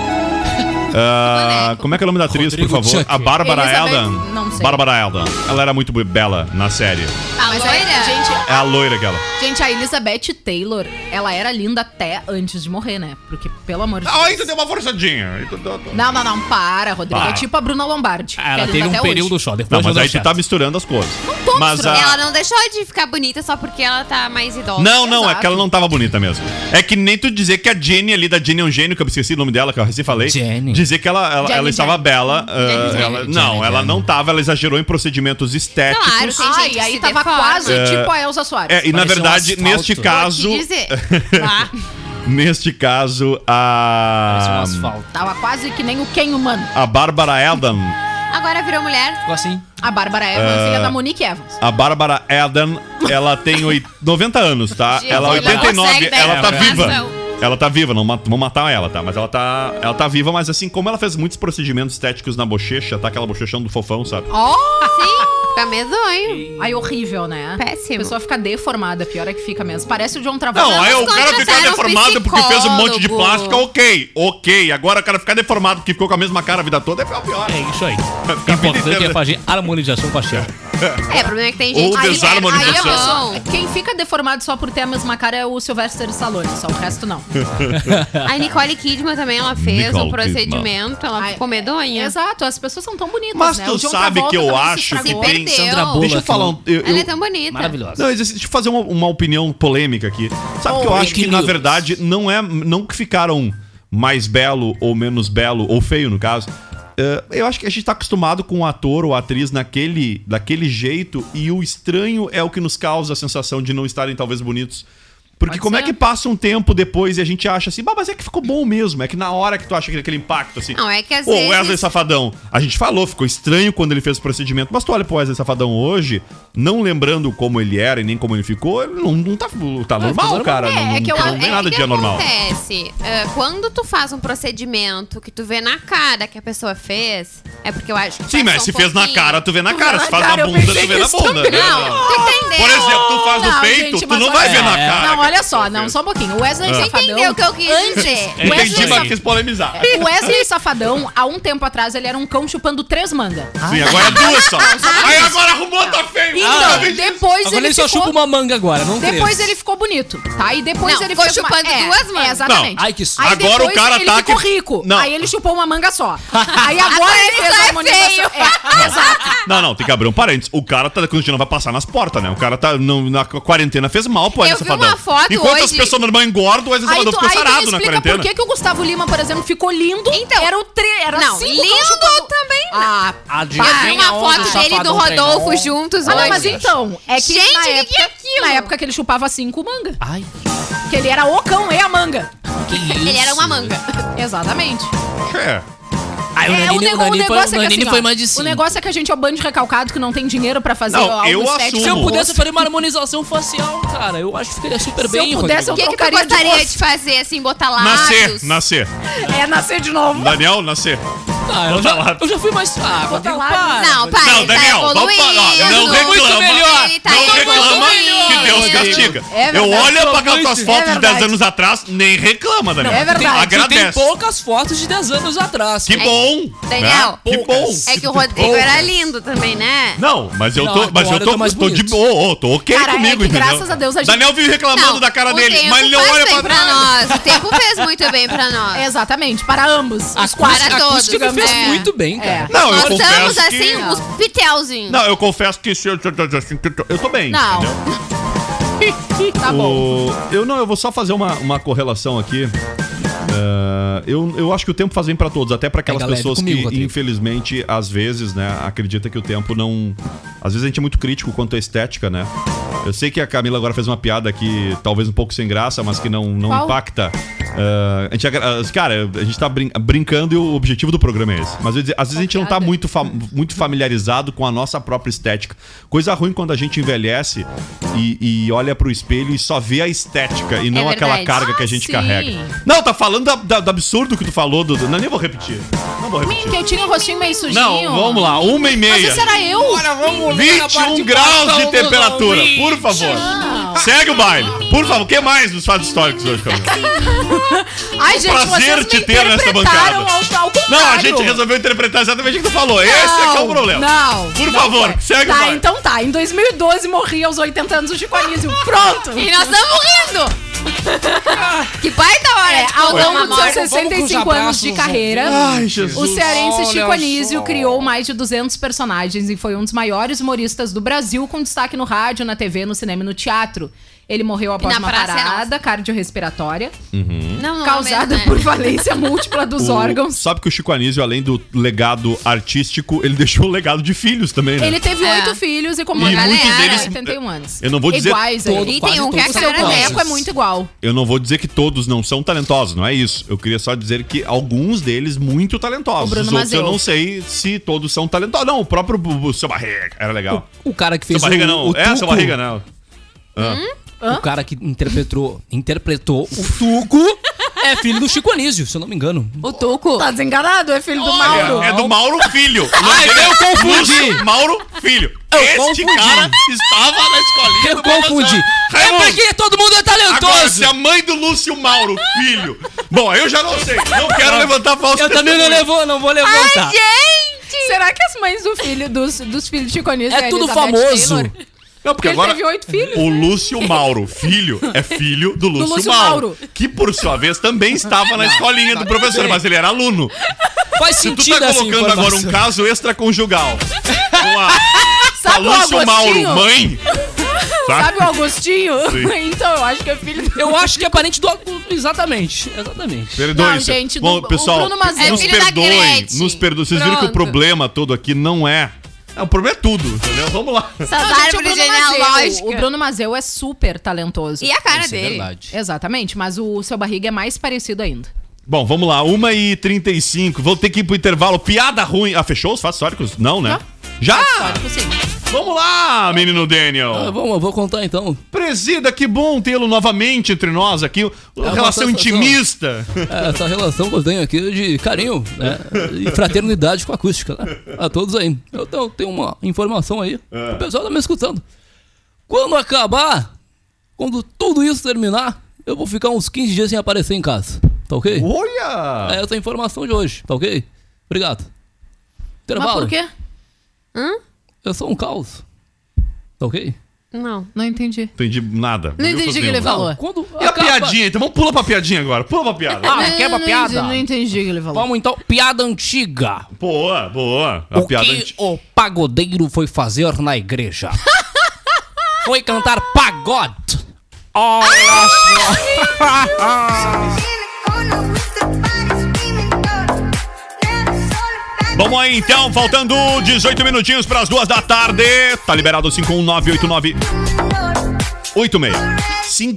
Speaker 2: Ah,
Speaker 5: boneco.
Speaker 2: como é que é o nome da atriz,
Speaker 4: Rodrigo
Speaker 2: por favor?
Speaker 4: Chuck.
Speaker 2: A Bárbara
Speaker 3: Elizabeth-
Speaker 2: Elda.
Speaker 3: não sei.
Speaker 2: Bárbara Elda. Ela era muito bela na série.
Speaker 5: A
Speaker 3: Mas aí,
Speaker 5: loira?
Speaker 3: gente,
Speaker 2: É a loira aquela.
Speaker 3: gente, a Elizabeth Taylor, ela era linda até antes de morrer, né? Porque, pelo amor de
Speaker 2: Ah, isso deu uma forçadinha. Aí tu deu-
Speaker 3: Não, não, não, para, Rodrigo.
Speaker 2: Para.
Speaker 3: É tipo a Bruna Lombardi. que
Speaker 4: Ah, ela
Speaker 3: é linda
Speaker 4: teve um
Speaker 3: até
Speaker 4: período
Speaker 3: hoje.
Speaker 4: só. Depois
Speaker 2: Não, mas
Speaker 4: já
Speaker 2: aí
Speaker 4: deu
Speaker 2: tu tá
Speaker 4: um chato.
Speaker 2: misturando as coisas.
Speaker 3: tô
Speaker 2: mas
Speaker 3: misturando.
Speaker 5: Ela não deixou de ficar bonita só porque ela tá mais idosa.
Speaker 2: Não, não, é
Speaker 3: Exato.
Speaker 2: que ela não tava bonita mesmo. É que nem tu dizer que a Jenny ali da Jenny é um gênio, que eu esqueci o nome dela, que eu recém falei.
Speaker 4: Jenny.
Speaker 2: Dizer que ela, ela,
Speaker 3: Jenny,
Speaker 2: ela estava
Speaker 3: Jenny.
Speaker 2: bela. ah,
Speaker 4: Jenny,
Speaker 2: ela-
Speaker 4: Jenny,
Speaker 2: não,
Speaker 4: Jenny,
Speaker 2: ela
Speaker 4: Jenny.
Speaker 2: não tava, ela exagerou em procedimentos estéticos.
Speaker 5: Claro, tem gente
Speaker 3: Ai,
Speaker 5: que
Speaker 3: aí
Speaker 5: se
Speaker 3: tava
Speaker 5: deforma.
Speaker 3: quase tipo a Elsa Soares.
Speaker 2: É, e na
Speaker 4: Parecia um
Speaker 2: verdade,
Speaker 4: asfalto.
Speaker 2: neste
Speaker 4: Vou te
Speaker 2: caso.
Speaker 5: Vou te dizer. Vá.
Speaker 2: Neste caso,
Speaker 4: Parece um
Speaker 2: a.
Speaker 4: asfalto.
Speaker 3: Tava quase que nem o Ken humano.
Speaker 2: A Bárbara Eden.
Speaker 5: Agora virou mulher.
Speaker 4: Ficou assim.
Speaker 3: A Bárbara Evans,
Speaker 2: Ah.
Speaker 3: filha da Monique Evans.
Speaker 2: A Bárbara Eden, ela tem oi- 90 anos, tá?
Speaker 5: Gente,
Speaker 2: Ela é
Speaker 5: ela
Speaker 2: 89,
Speaker 5: consegue dar
Speaker 2: ela tá viva.
Speaker 5: informação.
Speaker 2: Ela tá viva, não ma- vão matar ela, tá? Mas ela tá, ela tá viva, mas assim, como ela fez muitos procedimentos estéticos na bochecha, tá? Aquela bochechão do fofão, sabe?
Speaker 3: Oh!
Speaker 5: Sim, fica medonho.
Speaker 3: Aí horrível, né?
Speaker 5: Péssimo.
Speaker 3: A pessoa fica deformada, pior é que fica mesmo. Parece o John Travolta. é
Speaker 2: Não, aí o cara ficar
Speaker 5: contrataram
Speaker 2: deformado porque fez um monte de
Speaker 5: psicólogo.
Speaker 2: plástica, ok, ok. Agora o cara ficar deformado porque ficou com a mesma cara a vida toda é o pior.
Speaker 4: É isso aí.
Speaker 2: ficar
Speaker 4: Importante
Speaker 2: pedindo-
Speaker 4: é fazer harmonização facial.
Speaker 5: É, o problema é que tem gente
Speaker 2: Ou
Speaker 5: que-
Speaker 2: desarma a
Speaker 5: Aí- aí a
Speaker 2: manifestação.
Speaker 5: pessoa-
Speaker 3: Quem fica deformado só por ter a mesma cara é o Sylvester Stallone, só o resto não.
Speaker 5: A Nicole Kidman também, ela fez
Speaker 2: Nicole
Speaker 5: o procedimento, ela
Speaker 3: Ai,
Speaker 5: ficou medonha.
Speaker 3: É, Exato, as pessoas são tão bonitas,
Speaker 2: Mas
Speaker 3: né?
Speaker 2: tu
Speaker 3: O John
Speaker 2: sabe
Speaker 3: Travolta
Speaker 2: que eu
Speaker 3: também se
Speaker 2: acho que
Speaker 3: estragou.
Speaker 2: tem-
Speaker 5: Perdeu.
Speaker 4: Sandra Bullock.
Speaker 2: Deixa eu falar. um- eu-
Speaker 5: Ela é
Speaker 2: eu-
Speaker 5: tão bonita.
Speaker 4: Maravilhosa.
Speaker 2: Não, existe- deixa eu fazer uma, uma opinião polêmica aqui. Sabe o que eu acho que,
Speaker 4: fake
Speaker 2: na
Speaker 4: news.
Speaker 2: verdade, não é. Não que ficaram mais belo ou menos belo, ou feio, no caso. Eh, eu acho que a gente tá acostumado com o ator ou a atriz naquele, daquele jeito, e o estranho é o que nos causa a sensação de não estarem talvez bonitos. Porque
Speaker 3: Pode
Speaker 2: como é
Speaker 3: ser.
Speaker 2: que passa um tempo depois e a gente acha assim, "Bah, mas é que ficou bom mesmo, é que na hora que tu acha aquele- aquele impacto assim.
Speaker 5: Não, é que às
Speaker 2: Ô,
Speaker 5: vezes-
Speaker 2: Wesley Safadão, a gente falou, ficou estranho quando ele fez o procedimento, mas tu olha pro Wesley Safadão hoje, não lembrando como ele era e nem como ele ficou, ele não, não tá, tá normal,
Speaker 4: normal.
Speaker 2: cara. não,
Speaker 3: Ah, é que eu-
Speaker 2: não
Speaker 5: É
Speaker 2: tem nada de
Speaker 5: que
Speaker 2: anormal.
Speaker 5: acontece? Ah, quando tu faz um procedimento que tu vê na cara que a pessoa fez, é porque eu acho que.
Speaker 2: Sim, mas
Speaker 5: passou
Speaker 2: se
Speaker 5: um
Speaker 2: fez na
Speaker 5: pouquinho.
Speaker 2: cara, tu vê na
Speaker 3: Tu
Speaker 2: cara.
Speaker 3: vê
Speaker 2: Se
Speaker 3: na
Speaker 2: faz na
Speaker 3: cara, eu
Speaker 2: bunda, tu
Speaker 3: pensei
Speaker 2: vê na
Speaker 3: isso é.
Speaker 2: bunda. né?
Speaker 5: Não, tu entendeu?
Speaker 2: Por exemplo, tu faz no
Speaker 3: Não,
Speaker 2: peito,
Speaker 3: gente,
Speaker 2: tu
Speaker 3: mas
Speaker 2: não vai
Speaker 3: olha-
Speaker 2: ver na cara. Ah.
Speaker 3: Não, olha só, não, só um pouquinho. O Wesley
Speaker 5: Você
Speaker 3: Safadão...
Speaker 5: entendeu o que eu quis dizer?
Speaker 3: o Wesley,
Speaker 2: Entendi, mas
Speaker 3: Saf- É,
Speaker 2: quis polemizar.
Speaker 3: o Wesley Safadão, há um tempo atrás, ele era um cão chupando três mangas.
Speaker 2: Sim, agora é duas só. Aí agora arrumou, tá feio.
Speaker 3: Então,
Speaker 2: Ah,
Speaker 3: depois
Speaker 4: Agora
Speaker 3: ele
Speaker 4: ele só
Speaker 3: ficou...
Speaker 4: chupa uma manga agora, não três.
Speaker 3: Depois ele ficou bonito, tá? E depois
Speaker 5: Não,
Speaker 3: ele
Speaker 5: ficou
Speaker 3: fez uma-
Speaker 5: chupando
Speaker 3: é,
Speaker 5: duas mangas.
Speaker 3: é, Exatamente.
Speaker 4: Não, ai, que susto.
Speaker 3: Aí
Speaker 2: Agora
Speaker 3: depois
Speaker 2: o cara
Speaker 3: ele
Speaker 2: tá
Speaker 3: ficou
Speaker 2: que-
Speaker 3: rico.
Speaker 2: Não.
Speaker 3: Aí ele chupou uma manga só. Aí agora
Speaker 5: Agora
Speaker 3: ele
Speaker 5: ele
Speaker 3: fez
Speaker 5: só
Speaker 3: a
Speaker 5: é
Speaker 3: harmonização.
Speaker 5: feio.
Speaker 3: É, exato.
Speaker 2: Não, não, tem que abrir um parênteses. O cara tá não vai passar nas portas, né? O cara tá não- na quarentena fez mal pro Wesley
Speaker 5: Eu vi
Speaker 2: Safadão.
Speaker 5: uma foto
Speaker 2: Enquanto as
Speaker 5: hoje-
Speaker 2: pessoas normais engordam, o Wesley
Speaker 3: Aí
Speaker 2: Safadão
Speaker 3: tu,
Speaker 2: ficou
Speaker 3: aí tu me
Speaker 2: sarado na
Speaker 3: explica
Speaker 2: quarentena.
Speaker 3: por que, que o Gustavo Lima, por exemplo, ficou lindo.
Speaker 5: Então,
Speaker 3: era o tre... era
Speaker 5: não,
Speaker 3: cinco cão
Speaker 5: lindo
Speaker 3: chupando-
Speaker 5: também não.
Speaker 3: Ah, pá.
Speaker 4: Ah,
Speaker 5: Eu vi uma
Speaker 4: Aonde o
Speaker 5: foto dele e do
Speaker 4: safadão
Speaker 5: Rodolfo
Speaker 4: treinou?
Speaker 5: juntos
Speaker 3: Ah, não,
Speaker 5: hoje.
Speaker 3: mas então, é que
Speaker 5: Gente,
Speaker 3: na,
Speaker 5: o que
Speaker 3: época,
Speaker 5: que é aquilo?
Speaker 3: na época que ele chupava cinco manga.
Speaker 4: Ai,
Speaker 3: Porque ele era o cão e a manga.
Speaker 4: que isso.
Speaker 5: Ele era uma manga.
Speaker 3: Exatamente.
Speaker 2: É.
Speaker 4: Ai, o
Speaker 3: É,
Speaker 4: Nanini, o
Speaker 3: nego-
Speaker 4: Nanini foi, o
Speaker 3: é que,
Speaker 4: Nanini
Speaker 3: assim,
Speaker 4: foi
Speaker 3: ó,
Speaker 4: mais de cinco.
Speaker 3: O negócio é que a gente é o bando de recalcado que não tem dinheiro pra fazer
Speaker 2: Não,
Speaker 3: algo
Speaker 2: eu
Speaker 3: estético.
Speaker 4: Se
Speaker 2: assumo.
Speaker 4: eu pudesse, eu faria uma harmonização facial, cara. Eu acho que ficaria super
Speaker 3: Se eu
Speaker 4: bem,
Speaker 3: pudesse,
Speaker 4: Rodrigo.
Speaker 5: O que, que tu
Speaker 3: trocaria de
Speaker 5: gostaria
Speaker 3: rosto.
Speaker 5: de fazer, assim, botar lados?
Speaker 2: Nascer, nascer.
Speaker 3: É nascer de novo.
Speaker 2: Daniel, nascer.
Speaker 4: Ah, eu, já, eu já fui mais... Ah, Rodrigo,
Speaker 3: lá.
Speaker 4: para.
Speaker 5: Não, para,
Speaker 2: Não,
Speaker 5: ele
Speaker 2: Daniel,
Speaker 5: tá
Speaker 2: vamos falar.
Speaker 5: evoluindo.
Speaker 2: Não reclama,
Speaker 4: melhor.
Speaker 5: Ele tá
Speaker 2: não reclama
Speaker 5: evoluindo.
Speaker 2: que Deus castiga.
Speaker 3: É verdade,
Speaker 2: eu olho pra aquelas tuas
Speaker 4: é
Speaker 2: fotos de 10
Speaker 3: verdade.
Speaker 2: anos atrás, nem reclama, Daniel.
Speaker 3: É
Speaker 4: Tem,
Speaker 3: verdade.
Speaker 4: tem
Speaker 2: Agradece.
Speaker 4: poucas fotos de 10 anos atrás.
Speaker 2: Que
Speaker 4: cara.
Speaker 2: bom.
Speaker 5: Daniel,
Speaker 2: né? Que bom.
Speaker 5: É que o Rodrigo era lindo também, né?
Speaker 2: Não, mas eu
Speaker 4: Não,
Speaker 2: tô, mas
Speaker 4: agora
Speaker 2: eu tô,
Speaker 4: eu tô mais
Speaker 2: tô de
Speaker 4: bonito.
Speaker 2: boa, ô, tô ok
Speaker 3: Cara, é
Speaker 2: comigo,
Speaker 3: que
Speaker 2: entendeu?
Speaker 3: graças a Deus a gente-
Speaker 2: Daniel vive reclamando
Speaker 5: Não,
Speaker 2: da cara
Speaker 5: o
Speaker 2: dele,
Speaker 5: tempo
Speaker 2: mas ele não
Speaker 5: faz
Speaker 2: olha pra
Speaker 5: bem
Speaker 2: trás.
Speaker 5: nós. O tempo fez muito bem pra nós.
Speaker 3: Exatamente, para ambos.
Speaker 4: A
Speaker 3: Os quatro.
Speaker 5: para
Speaker 4: acústica, a
Speaker 5: todos,
Speaker 4: acústica fez
Speaker 5: é.
Speaker 4: muito bem, cara.
Speaker 3: É.
Speaker 2: Não,
Speaker 5: nós
Speaker 2: eu
Speaker 5: estamos
Speaker 2: confesso
Speaker 5: assim,
Speaker 2: que...
Speaker 5: os pitelzinhos.
Speaker 2: Não, eu confesso que se eu, se eu- se eu- se eu- eu tô bem,
Speaker 5: Não.
Speaker 2: entendeu?
Speaker 3: Tá bom.
Speaker 2: O- Eu não, eu vou só fazer uma, uma correlação aqui. Ah, eu, eu acho que o tempo faz bem pra todos, até pra aquelas
Speaker 4: Pega leve
Speaker 2: pessoas
Speaker 4: comigo,
Speaker 2: que,
Speaker 4: Rodrigo.
Speaker 2: infelizmente, às vezes, né, acredita que o tempo não. Às vezes a gente é muito crítico quanto à estética, né? Eu sei que a Camila agora fez uma piada aqui, talvez um pouco sem graça, mas que não, não
Speaker 3: Qual?
Speaker 2: impacta. Ah, a gente, agra- ah, cara, a gente tá brin- brincando e o objetivo do programa é esse. Mas eu ia dizer, às vezes a gente não tá
Speaker 3: piada?
Speaker 2: muito, fa- muito familiarizado com a nossa própria estética. Coisa ruim quando a gente envelhece e, e olha pro espelho e só vê a estética e não
Speaker 5: verdade.
Speaker 2: aquela carga que a gente
Speaker 3: É Ah, sim.
Speaker 2: carrega. Não, tá falando da- da- do absurdo que tu falou, Dudu. Não, nem vou repetir. Não Não vou
Speaker 3: Mim,
Speaker 2: repetir.
Speaker 3: que eu tinha o um rostinho meio sujinho.
Speaker 2: Não, vamos lá, uma e
Speaker 3: Mas
Speaker 2: meia.
Speaker 3: esse era eu?
Speaker 6: Olha, vamos ver na parte
Speaker 2: 21
Speaker 6: de
Speaker 2: graus
Speaker 6: baixo,
Speaker 2: de
Speaker 6: vamos
Speaker 2: temperatura,
Speaker 6: ouvir.
Speaker 2: por favor.
Speaker 3: um Não.
Speaker 2: Segue o baile. Por favor, o que mais nos fatos históricos hoje, Camila?
Speaker 3: Ai, gente,
Speaker 2: prazer
Speaker 3: vocês
Speaker 2: te
Speaker 3: me
Speaker 2: ter nesta bancada.
Speaker 3: interpretaram ao- ao
Speaker 2: Não, a
Speaker 3: contrário.
Speaker 2: gente resolveu interpretar exatamente o que tu falou. Esse é que é o problema.
Speaker 3: Não.
Speaker 2: Por
Speaker 3: não
Speaker 2: favor,
Speaker 3: foi.
Speaker 2: segue o
Speaker 3: Tá,
Speaker 2: baile.
Speaker 3: então tá. Em 2012 morri aos 80 anos o Chico Anísio. Pronto.
Speaker 5: E nós estamos rindo! que pai da hora! tipo,
Speaker 3: É,
Speaker 5: de
Speaker 3: ao
Speaker 5: contar uma
Speaker 3: longo dos
Speaker 6: Vamos
Speaker 5: morte.
Speaker 3: seus
Speaker 6: com os
Speaker 3: 65 anos
Speaker 6: abraços
Speaker 3: de
Speaker 6: nos
Speaker 3: carreira,
Speaker 2: né? Ai, Jesus.
Speaker 3: o cearense
Speaker 6: Olha
Speaker 3: Chico Anísio
Speaker 6: só.
Speaker 3: criou mais de 200 personagens e foi um dos maiores humoristas do Brasil, com destaque no rádio, na TV, no cinema e no teatro. Ele morreu após
Speaker 5: na
Speaker 3: uma
Speaker 5: praça é
Speaker 3: parada cardiorrespiratória
Speaker 5: Não, não é
Speaker 3: causada
Speaker 5: mesmo,
Speaker 3: por
Speaker 5: né?
Speaker 3: falência múltipla dos
Speaker 2: O-
Speaker 3: órgãos.
Speaker 2: Sabe que o Chico Anísio, além do legado artístico, ele deixou o legado de filhos também, né?
Speaker 3: Ele teve
Speaker 5: É.
Speaker 3: oito filhos e como
Speaker 2: E
Speaker 3: galera,
Speaker 2: muitos deles-
Speaker 3: 81 anos.
Speaker 2: Eu não vou dizer
Speaker 3: Iguais,
Speaker 4: todo-
Speaker 3: aí.
Speaker 5: E tem um que é a
Speaker 3: O seu
Speaker 5: cara dela.
Speaker 3: boneco é muito igual.
Speaker 2: Eu não vou dizer que todos não são talentosos, não é isso. Eu queria só dizer que alguns deles muito talentosos.
Speaker 3: O Bruno
Speaker 2: Os outros eu
Speaker 3: Mazzeo.
Speaker 2: não sei se todos são talentosos. Não, o próprio Bu- Bu- seu barriga era legal.
Speaker 4: O cara que
Speaker 2: Seu
Speaker 4: fez
Speaker 2: barriga
Speaker 4: o,
Speaker 2: não.
Speaker 4: o
Speaker 2: é, seu
Speaker 4: Tuco,
Speaker 2: barriga não.
Speaker 4: O cara que interpretou, interpretou o Tuco é filho do Chico Anísio, se eu não me engano.
Speaker 3: O Tuco. Tá desenganado, é filho do Mauro.
Speaker 2: É, é do Mauro Filho. O nome
Speaker 4: Ai,
Speaker 2: dele é
Speaker 4: eu confundi.
Speaker 2: Lúcio Mauro Filho.
Speaker 4: Eu
Speaker 2: este
Speaker 4: confundi.
Speaker 2: cara estava na escolinha.
Speaker 4: Eu
Speaker 2: do Barbazão.
Speaker 4: confundi. É
Speaker 2: Raimundo,
Speaker 4: porque todo mundo é
Speaker 2: Agora, se
Speaker 4: talentoso.
Speaker 2: a mãe do Lúcio Mauro Filho. Bom, eu já não sei. Não quero levantar falso
Speaker 4: Eu também não, levo, não vou levantar.
Speaker 3: Será que as mães do filho, dos, dos filhos de Chico Anísio
Speaker 4: É tudo
Speaker 3: Elizabeth
Speaker 4: famoso.
Speaker 3: Taylor?
Speaker 2: Não, porque
Speaker 3: Porque ele
Speaker 2: agora.
Speaker 3: teve oito filhos.
Speaker 2: O Lúcio Mauro, filho, é filho do Lúcio,
Speaker 3: Lúcio
Speaker 2: Mauro,
Speaker 3: Mauro.
Speaker 2: Que por sua vez também estava na escolinha do professor, mas ele era aluno.
Speaker 4: Faz
Speaker 2: Se tu
Speaker 4: sentido
Speaker 2: tá
Speaker 4: essa
Speaker 2: colocando agora um
Speaker 4: informação.
Speaker 2: caso extraconjugal com a, com a
Speaker 3: Sabe o
Speaker 2: Lúcio Mauro,
Speaker 3: Agostinho?
Speaker 2: mãe. Tá?
Speaker 3: Sabe o Augustinho?
Speaker 2: Sim.
Speaker 3: então, eu acho que é filho do...
Speaker 4: Eu acho que é parente do Augusto. Exatamente, exatamente.
Speaker 2: Perdoe,
Speaker 3: Não,
Speaker 2: se-
Speaker 3: gente,
Speaker 2: Bom,
Speaker 3: do-
Speaker 2: pessoal,
Speaker 3: o Bruno Mazzeo.
Speaker 2: nos
Speaker 5: É filho da
Speaker 2: perdoem,
Speaker 5: Gretchen.
Speaker 2: nos perdoem. Vocês viram que o
Speaker 5: Pronto.
Speaker 2: problema todo aqui não é... é o problema é tutudo, entendeu? Vamos lá.
Speaker 5: Essas
Speaker 3: Não, gente, o
Speaker 5: árvores
Speaker 3: Bruno Mazzeo-
Speaker 5: genealógicas.
Speaker 3: O Bruno Mazeu é super talentoso.
Speaker 5: E a cara
Speaker 4: Isso é
Speaker 5: dele.
Speaker 4: verdade.
Speaker 3: Exatamente, mas o seu barriga é mais parecido ainda.
Speaker 2: Bom, vamos lá, 1h35, vou ter que ir pro intervalo. Piada ruim. Ah, fechou os fatos históricos? Não, né? Já?
Speaker 3: Tipo assim,
Speaker 2: Vamos lá, menino Daniel.
Speaker 4: Ah, vamos, eu vou contar então.
Speaker 2: Presida, que bom tê-lo novamente entre nós aqui. Uma
Speaker 4: uma
Speaker 2: relação
Speaker 4: sensação.
Speaker 2: intimista.
Speaker 4: É, Essa relação que eu tenho aqui é de carinho né? e fraternidade com a acústica. Né? A todos aí. Eu tenho- tenho uma informação aí.
Speaker 2: Ah.
Speaker 4: O pessoal tá me escutando. Quando acabar, quando tudo isso terminar, eu vou ficar uns 15 dias sem aparecer em casa. Tá ok?
Speaker 2: Uh. Olha!
Speaker 4: É essa a informação de hoje. Tá ok? Obrigado.
Speaker 3: mas
Speaker 4: Intervalo.
Speaker 3: por quê?
Speaker 4: Eu sou um caos. Tá ok?
Speaker 5: Não.
Speaker 3: Não entendi.
Speaker 2: Entendi nada.
Speaker 3: Não entendi o que ele falou.
Speaker 4: Quando
Speaker 2: E a piadinha, então? Vamos pular pra piadinha agora. Pula pra piada.
Speaker 4: Ah, quer pra
Speaker 3: Não
Speaker 4: piada?
Speaker 3: entendi- Não entendi o que ele falou.
Speaker 4: Vamos então, piada antiga.
Speaker 2: Boa, boa. A
Speaker 4: o
Speaker 2: piada
Speaker 4: que
Speaker 2: anti-
Speaker 4: o pagodeiro foi fazer na igreja? foi cantar pagode. Olha
Speaker 2: Vamos aí então, faltando 18 minutinhos para as duas da tarde. Tá liberado o 51989. 86.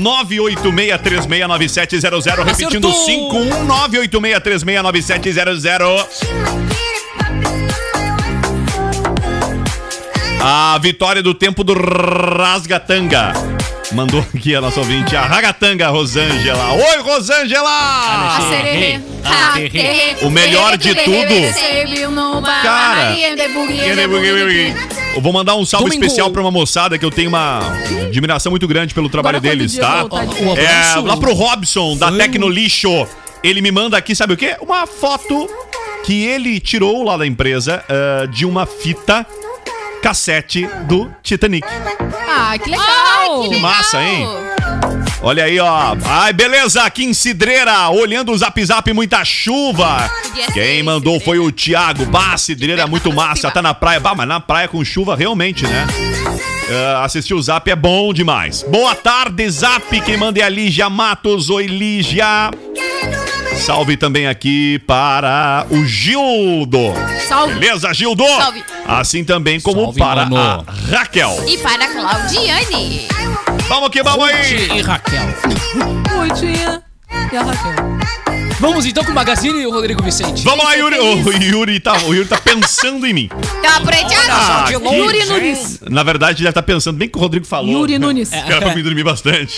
Speaker 2: 51986369700. Repetindo,
Speaker 4: Acertou!
Speaker 2: 51986369700. A vitória do tempo do Rasgatanga. Mandou aqui a nossa ouvinte, a Ragatanga Rosângela. Oi, Rosângela!
Speaker 3: A
Speaker 2: Ah,
Speaker 3: sererê.
Speaker 2: O melhor de tudo. Cara, é, né,
Speaker 5: é,
Speaker 2: Eu vou mandar um salve
Speaker 4: Domingo.
Speaker 2: especial pra uma moçada que eu tenho uma admiração muito grande pelo trabalho
Speaker 3: Agora quanto
Speaker 2: deles,
Speaker 3: dia
Speaker 2: tá?
Speaker 3: eu vou voltar de
Speaker 4: férias?
Speaker 2: É,
Speaker 4: Um abraço.
Speaker 2: lá pro Robson, da Tecnolixo. Ele me manda aqui, sabe o quê? Uma foto que ele tirou lá da empresa ah, de uma fita cassete do Titanic.
Speaker 3: Ah, que legal.
Speaker 2: Que massa, hein? Olha aí, ó. Ai, beleza, aqui em Cidreira, olhando o zap zap, muita chuva.
Speaker 5: Podia ser
Speaker 2: Quem
Speaker 5: em
Speaker 2: mandou
Speaker 5: Cidreira.
Speaker 2: foi o Thiago. Bah, Cidreira é muito massa, tá na praia. Bah, mas na praia com chuva, realmente, né? Ah, assistir o zap é bom demais. Boa tarde, zap. Quem manda é a Lígia Matos. Oi, Lígia. Salve também aqui para o Gildo.
Speaker 3: Salve.
Speaker 2: Beleza, Gildo?
Speaker 5: Salve.
Speaker 2: Assim também como
Speaker 4: Salve,
Speaker 2: para
Speaker 4: mano.
Speaker 2: a Raquel.
Speaker 5: E para a Claudiane.
Speaker 2: Vamos que vamos aí.
Speaker 4: E Raquel.
Speaker 3: Putinha. E a Raquel.
Speaker 4: Vamos então com o Magazine e o Rodrigo Vicente.
Speaker 2: Vamos lá, Yuri. Ô, O Yuri tá, o Yuri tá pensando em mim. Ah,
Speaker 5: Então aprendi a...
Speaker 2: que
Speaker 3: Yuri
Speaker 2: gente.
Speaker 3: Nunes.
Speaker 2: Na verdade, ele deve estar pensando bem que o Rodrigo falou.
Speaker 3: Yuri Nunes.
Speaker 2: Era pra mim dormir bastante.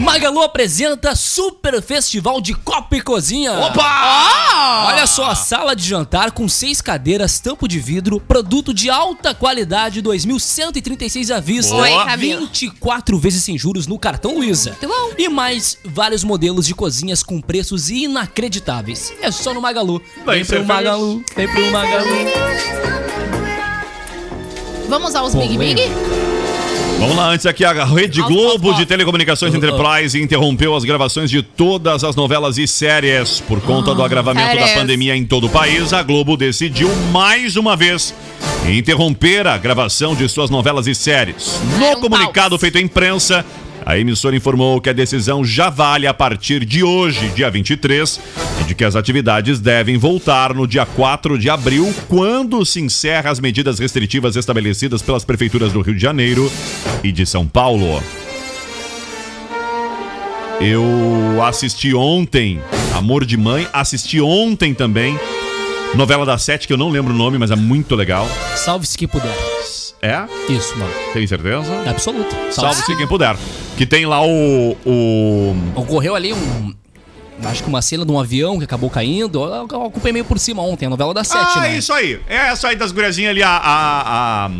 Speaker 4: Magalu apresenta Super Festival de Copa e Cozinha.
Speaker 2: Opa!
Speaker 4: Olha só, sala de jantar com seis cadeiras, tampo de vidro, produto de alta qualidade, 2.136 à vista,
Speaker 2: Boa. Oi,
Speaker 5: Camila.
Speaker 4: 24 vezes sem juros no cartão Luiza.
Speaker 5: Muito bom.
Speaker 4: E mais vários modelos de cozinhas com preços inacreditáveis. É só no Magalu.
Speaker 2: Vai
Speaker 4: Vem
Speaker 2: ser
Speaker 4: pro
Speaker 2: feliz.
Speaker 4: Magalu, vem pro Magalu.
Speaker 3: Vamos aos Big Big?
Speaker 2: Vamos lá, antes aqui a Rede
Speaker 3: Alto, alto,
Speaker 2: Globo de
Speaker 3: alto.
Speaker 2: Telecomunicações Enterprise interrompeu as gravações de todas as novelas e séries. Por conta
Speaker 3: Ah,
Speaker 2: do agravamento da
Speaker 5: séries.
Speaker 2: pandemia em todo o país, a Globo decidiu mais uma vez interromper a gravação de suas novelas e séries.
Speaker 5: Era
Speaker 2: No
Speaker 5: um
Speaker 2: comunicado
Speaker 5: caos.
Speaker 2: feito à imprensa, a emissora informou que a decisão já vale a partir de hoje, dia 23, e de que as atividades devem voltar no dia 4 de abril, quando se encerram as medidas restritivas estabelecidas pelas prefeituras do Rio de Janeiro e de São Paulo. Eu assisti ontem, Amor de Mãe, assisti ontem também, novela da Sete, que eu não lembro o nome, mas é muito legal.
Speaker 4: Salve-se quem puder.
Speaker 2: É?
Speaker 4: Isso, mano.
Speaker 2: Tem certeza?
Speaker 4: Absoluto.
Speaker 2: Salve se quem puder. Que tem lá o. o...
Speaker 4: Ocorreu ali um. Acho que uma cena de um avião que acabou caindo. Eu eu acompanhei meio por cima ontem, a novela das sete,
Speaker 2: ah,
Speaker 4: né?
Speaker 2: isso aí. É essa aí das guriazinhas ali, a. a, a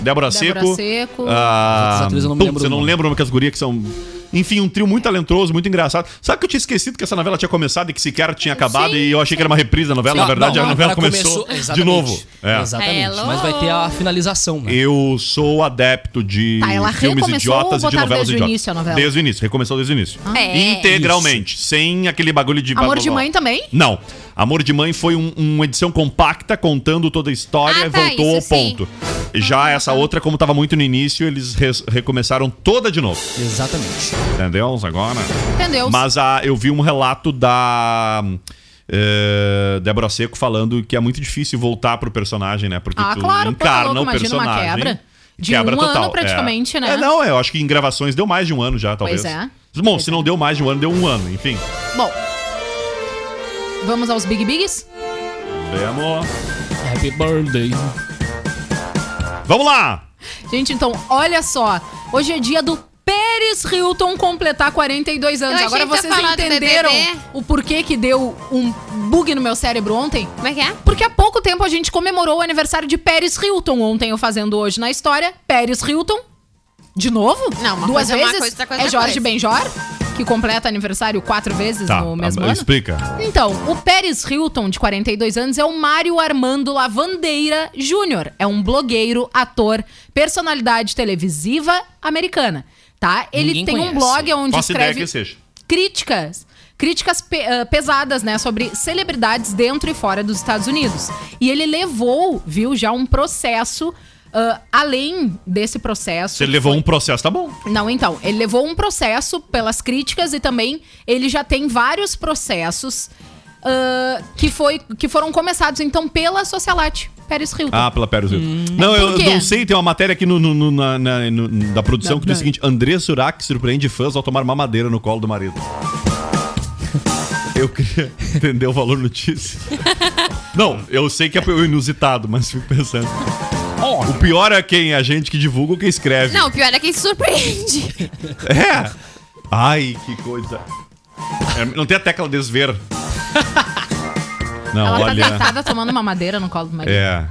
Speaker 2: Débora, Seco.
Speaker 3: Seco.
Speaker 2: Ah,
Speaker 4: Essas atrizes eu não me
Speaker 2: putz,
Speaker 4: lembro
Speaker 2: eu
Speaker 4: o
Speaker 2: não
Speaker 4: nome.
Speaker 2: lembro o nome que as gurias que são. Enfim, um trio muito talentoso, muito engraçado. Sabe que eu tinha esquecido que essa novela tinha começado e que sequer tinha acabado e eu achei que era uma reprise da novela. Na
Speaker 4: Não,
Speaker 2: verdade,
Speaker 4: não,
Speaker 2: a
Speaker 4: não,
Speaker 2: novela
Speaker 4: ela
Speaker 2: começou, de
Speaker 4: exatamente.
Speaker 2: novo. É.
Speaker 4: Exatamente.
Speaker 5: Hello.
Speaker 4: Mas vai ter a finalização, né?
Speaker 2: Eu sou adepto de
Speaker 3: Tá, ela
Speaker 2: filmes
Speaker 3: recomeçou
Speaker 2: idiotas e
Speaker 3: ou
Speaker 2: de
Speaker 3: botaram
Speaker 2: novelas
Speaker 3: desde o
Speaker 2: idiotas.
Speaker 3: início a novela? Ah.
Speaker 2: Desde o início, recomeçou desde o início.
Speaker 5: É.
Speaker 2: Integralmente, sem aquele bagulho de
Speaker 3: Amor de mãe também?
Speaker 2: Não. Amor de Mãe foi um- uma edição compacta contando toda a história
Speaker 5: Ah,
Speaker 2: e
Speaker 5: tá,
Speaker 2: voltou ao
Speaker 5: isso sim.
Speaker 2: ponto.
Speaker 3: Ah,
Speaker 2: Já essa
Speaker 3: tá.
Speaker 2: outra, como tava muito no início, eles res- recomeçaram toda de novo.
Speaker 4: Exatamente.
Speaker 2: Entendeu? Agora.
Speaker 3: Entendeu?
Speaker 2: Mas a- eu vi um relato da. eh, Débora Seco falando que é muito difícil voltar pro personagem, né? Porque
Speaker 3: Ah,
Speaker 2: tu
Speaker 3: claro, pô, tá
Speaker 2: encarna
Speaker 3: louco,
Speaker 2: o
Speaker 3: imagina uma
Speaker 2: personagem.
Speaker 3: quebra. De um ano, praticamente,
Speaker 2: é.
Speaker 3: né?
Speaker 2: É, não, é, eu acho que em gravações deu mais de um ano já, talvez.
Speaker 3: é.
Speaker 2: Bom, se não deu mais de um ano, deu um ano, enfim.
Speaker 3: Bom. Vamos aos Big Bigs?
Speaker 2: Vemos.
Speaker 4: Happy birthday.
Speaker 2: Vamos lá!
Speaker 3: Gente, então, olha só. Hoje é dia do Pérez Hilton completar 42 anos.
Speaker 5: Eu achei
Speaker 3: Agora
Speaker 5: que tu ia
Speaker 3: vocês
Speaker 5: falar do
Speaker 3: entenderam
Speaker 5: BBB.
Speaker 3: o porquê que deu um bug no meu cérebro ontem?
Speaker 5: Como é que é?
Speaker 3: Porque há pouco tempo a gente comemorou o aniversário de Pérez Hilton. Ontem eu fazendo hoje na história. Pérez Hilton. De novo?
Speaker 5: Não, uma
Speaker 3: Duas
Speaker 5: coisa é uma
Speaker 3: vezes?
Speaker 5: coisa, outra coisa é
Speaker 3: é Jorge
Speaker 5: coisa.
Speaker 3: Benjor, que completa aniversário quatro vezes
Speaker 2: Tá,
Speaker 3: no mesmo
Speaker 2: ah,
Speaker 3: ano.
Speaker 2: explica.
Speaker 3: Então, o Pérez Hilton, de 42 anos, é o Mário Armando Lavandeira Júnior. É um blogueiro, ator, personalidade televisiva americana, tá? Ele
Speaker 4: Ninguém
Speaker 3: tem um
Speaker 4: conhece.
Speaker 3: blog onde
Speaker 2: Faço ideia
Speaker 3: escreve
Speaker 2: que seja.
Speaker 3: críticas. Críticas pe- ah, pesadas, né, sobre celebridades dentro e fora dos Estados Unidos. E ele levou, viu, já um processo. ah, além desse processo.
Speaker 2: Se ele levou um processo, tá bom.
Speaker 3: Não, então, ele levou um processo pelas críticas e também ele já tem vários processos ah, que, foi, que foram começados, então, pela Socialite, Pérez Hilton.
Speaker 2: Ah, pela Pérez Hilton. Não, eu
Speaker 3: Hum. Por quê?
Speaker 2: não sei, tem uma matéria aqui no, no- no- na, na- no- da produção que diz o seguinte: André Surak surpreende fãs ao tomar mamadeira no colo do marido. Eu queria entender o valor notícia. Não, eu sei que é inusitado, mas fico pensando. O pior é quem a gente que divulga ou quem escreve.
Speaker 5: Não, o pior é quem se surpreende.
Speaker 2: É! Ai, que coisa. É, não tem a tecla desver. Não,
Speaker 3: Ela
Speaker 2: olha.
Speaker 3: tá deitada tomando uma madeira no colo do marido.
Speaker 2: É.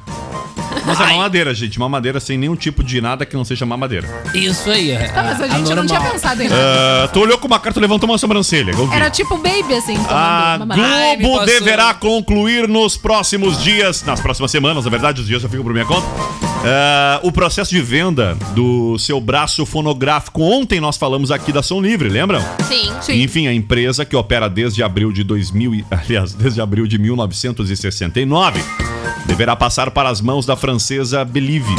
Speaker 2: Mas é mamadeira, gente. Mamadeira sem nenhum tipo de nada que não seja mamadeira.
Speaker 4: Isso aí, é.
Speaker 3: Tá, mas a gente não
Speaker 4: anormal.
Speaker 3: tinha pensado em nada.
Speaker 2: Ah, tu olhou com uma cara, tu levantou uma sobrancelha. Eu vi.
Speaker 3: Era tipo baby, assim, tomando
Speaker 2: A
Speaker 3: uma madeira.
Speaker 4: Ai, me
Speaker 2: Globo
Speaker 4: passou.
Speaker 2: deverá concluir nos próximos dias, nas próximas semanas, na verdade, os dias já ficam por minha conta, ah, o processo de venda do seu braço fonográfico. Ontem nós falamos aqui da Som Livre, lembram?
Speaker 5: Sim.
Speaker 2: Enfim, a empresa que opera desde abril de 2000, e- aliás, desde abril de 1969, deverá passar para as mãos da francesa Believe.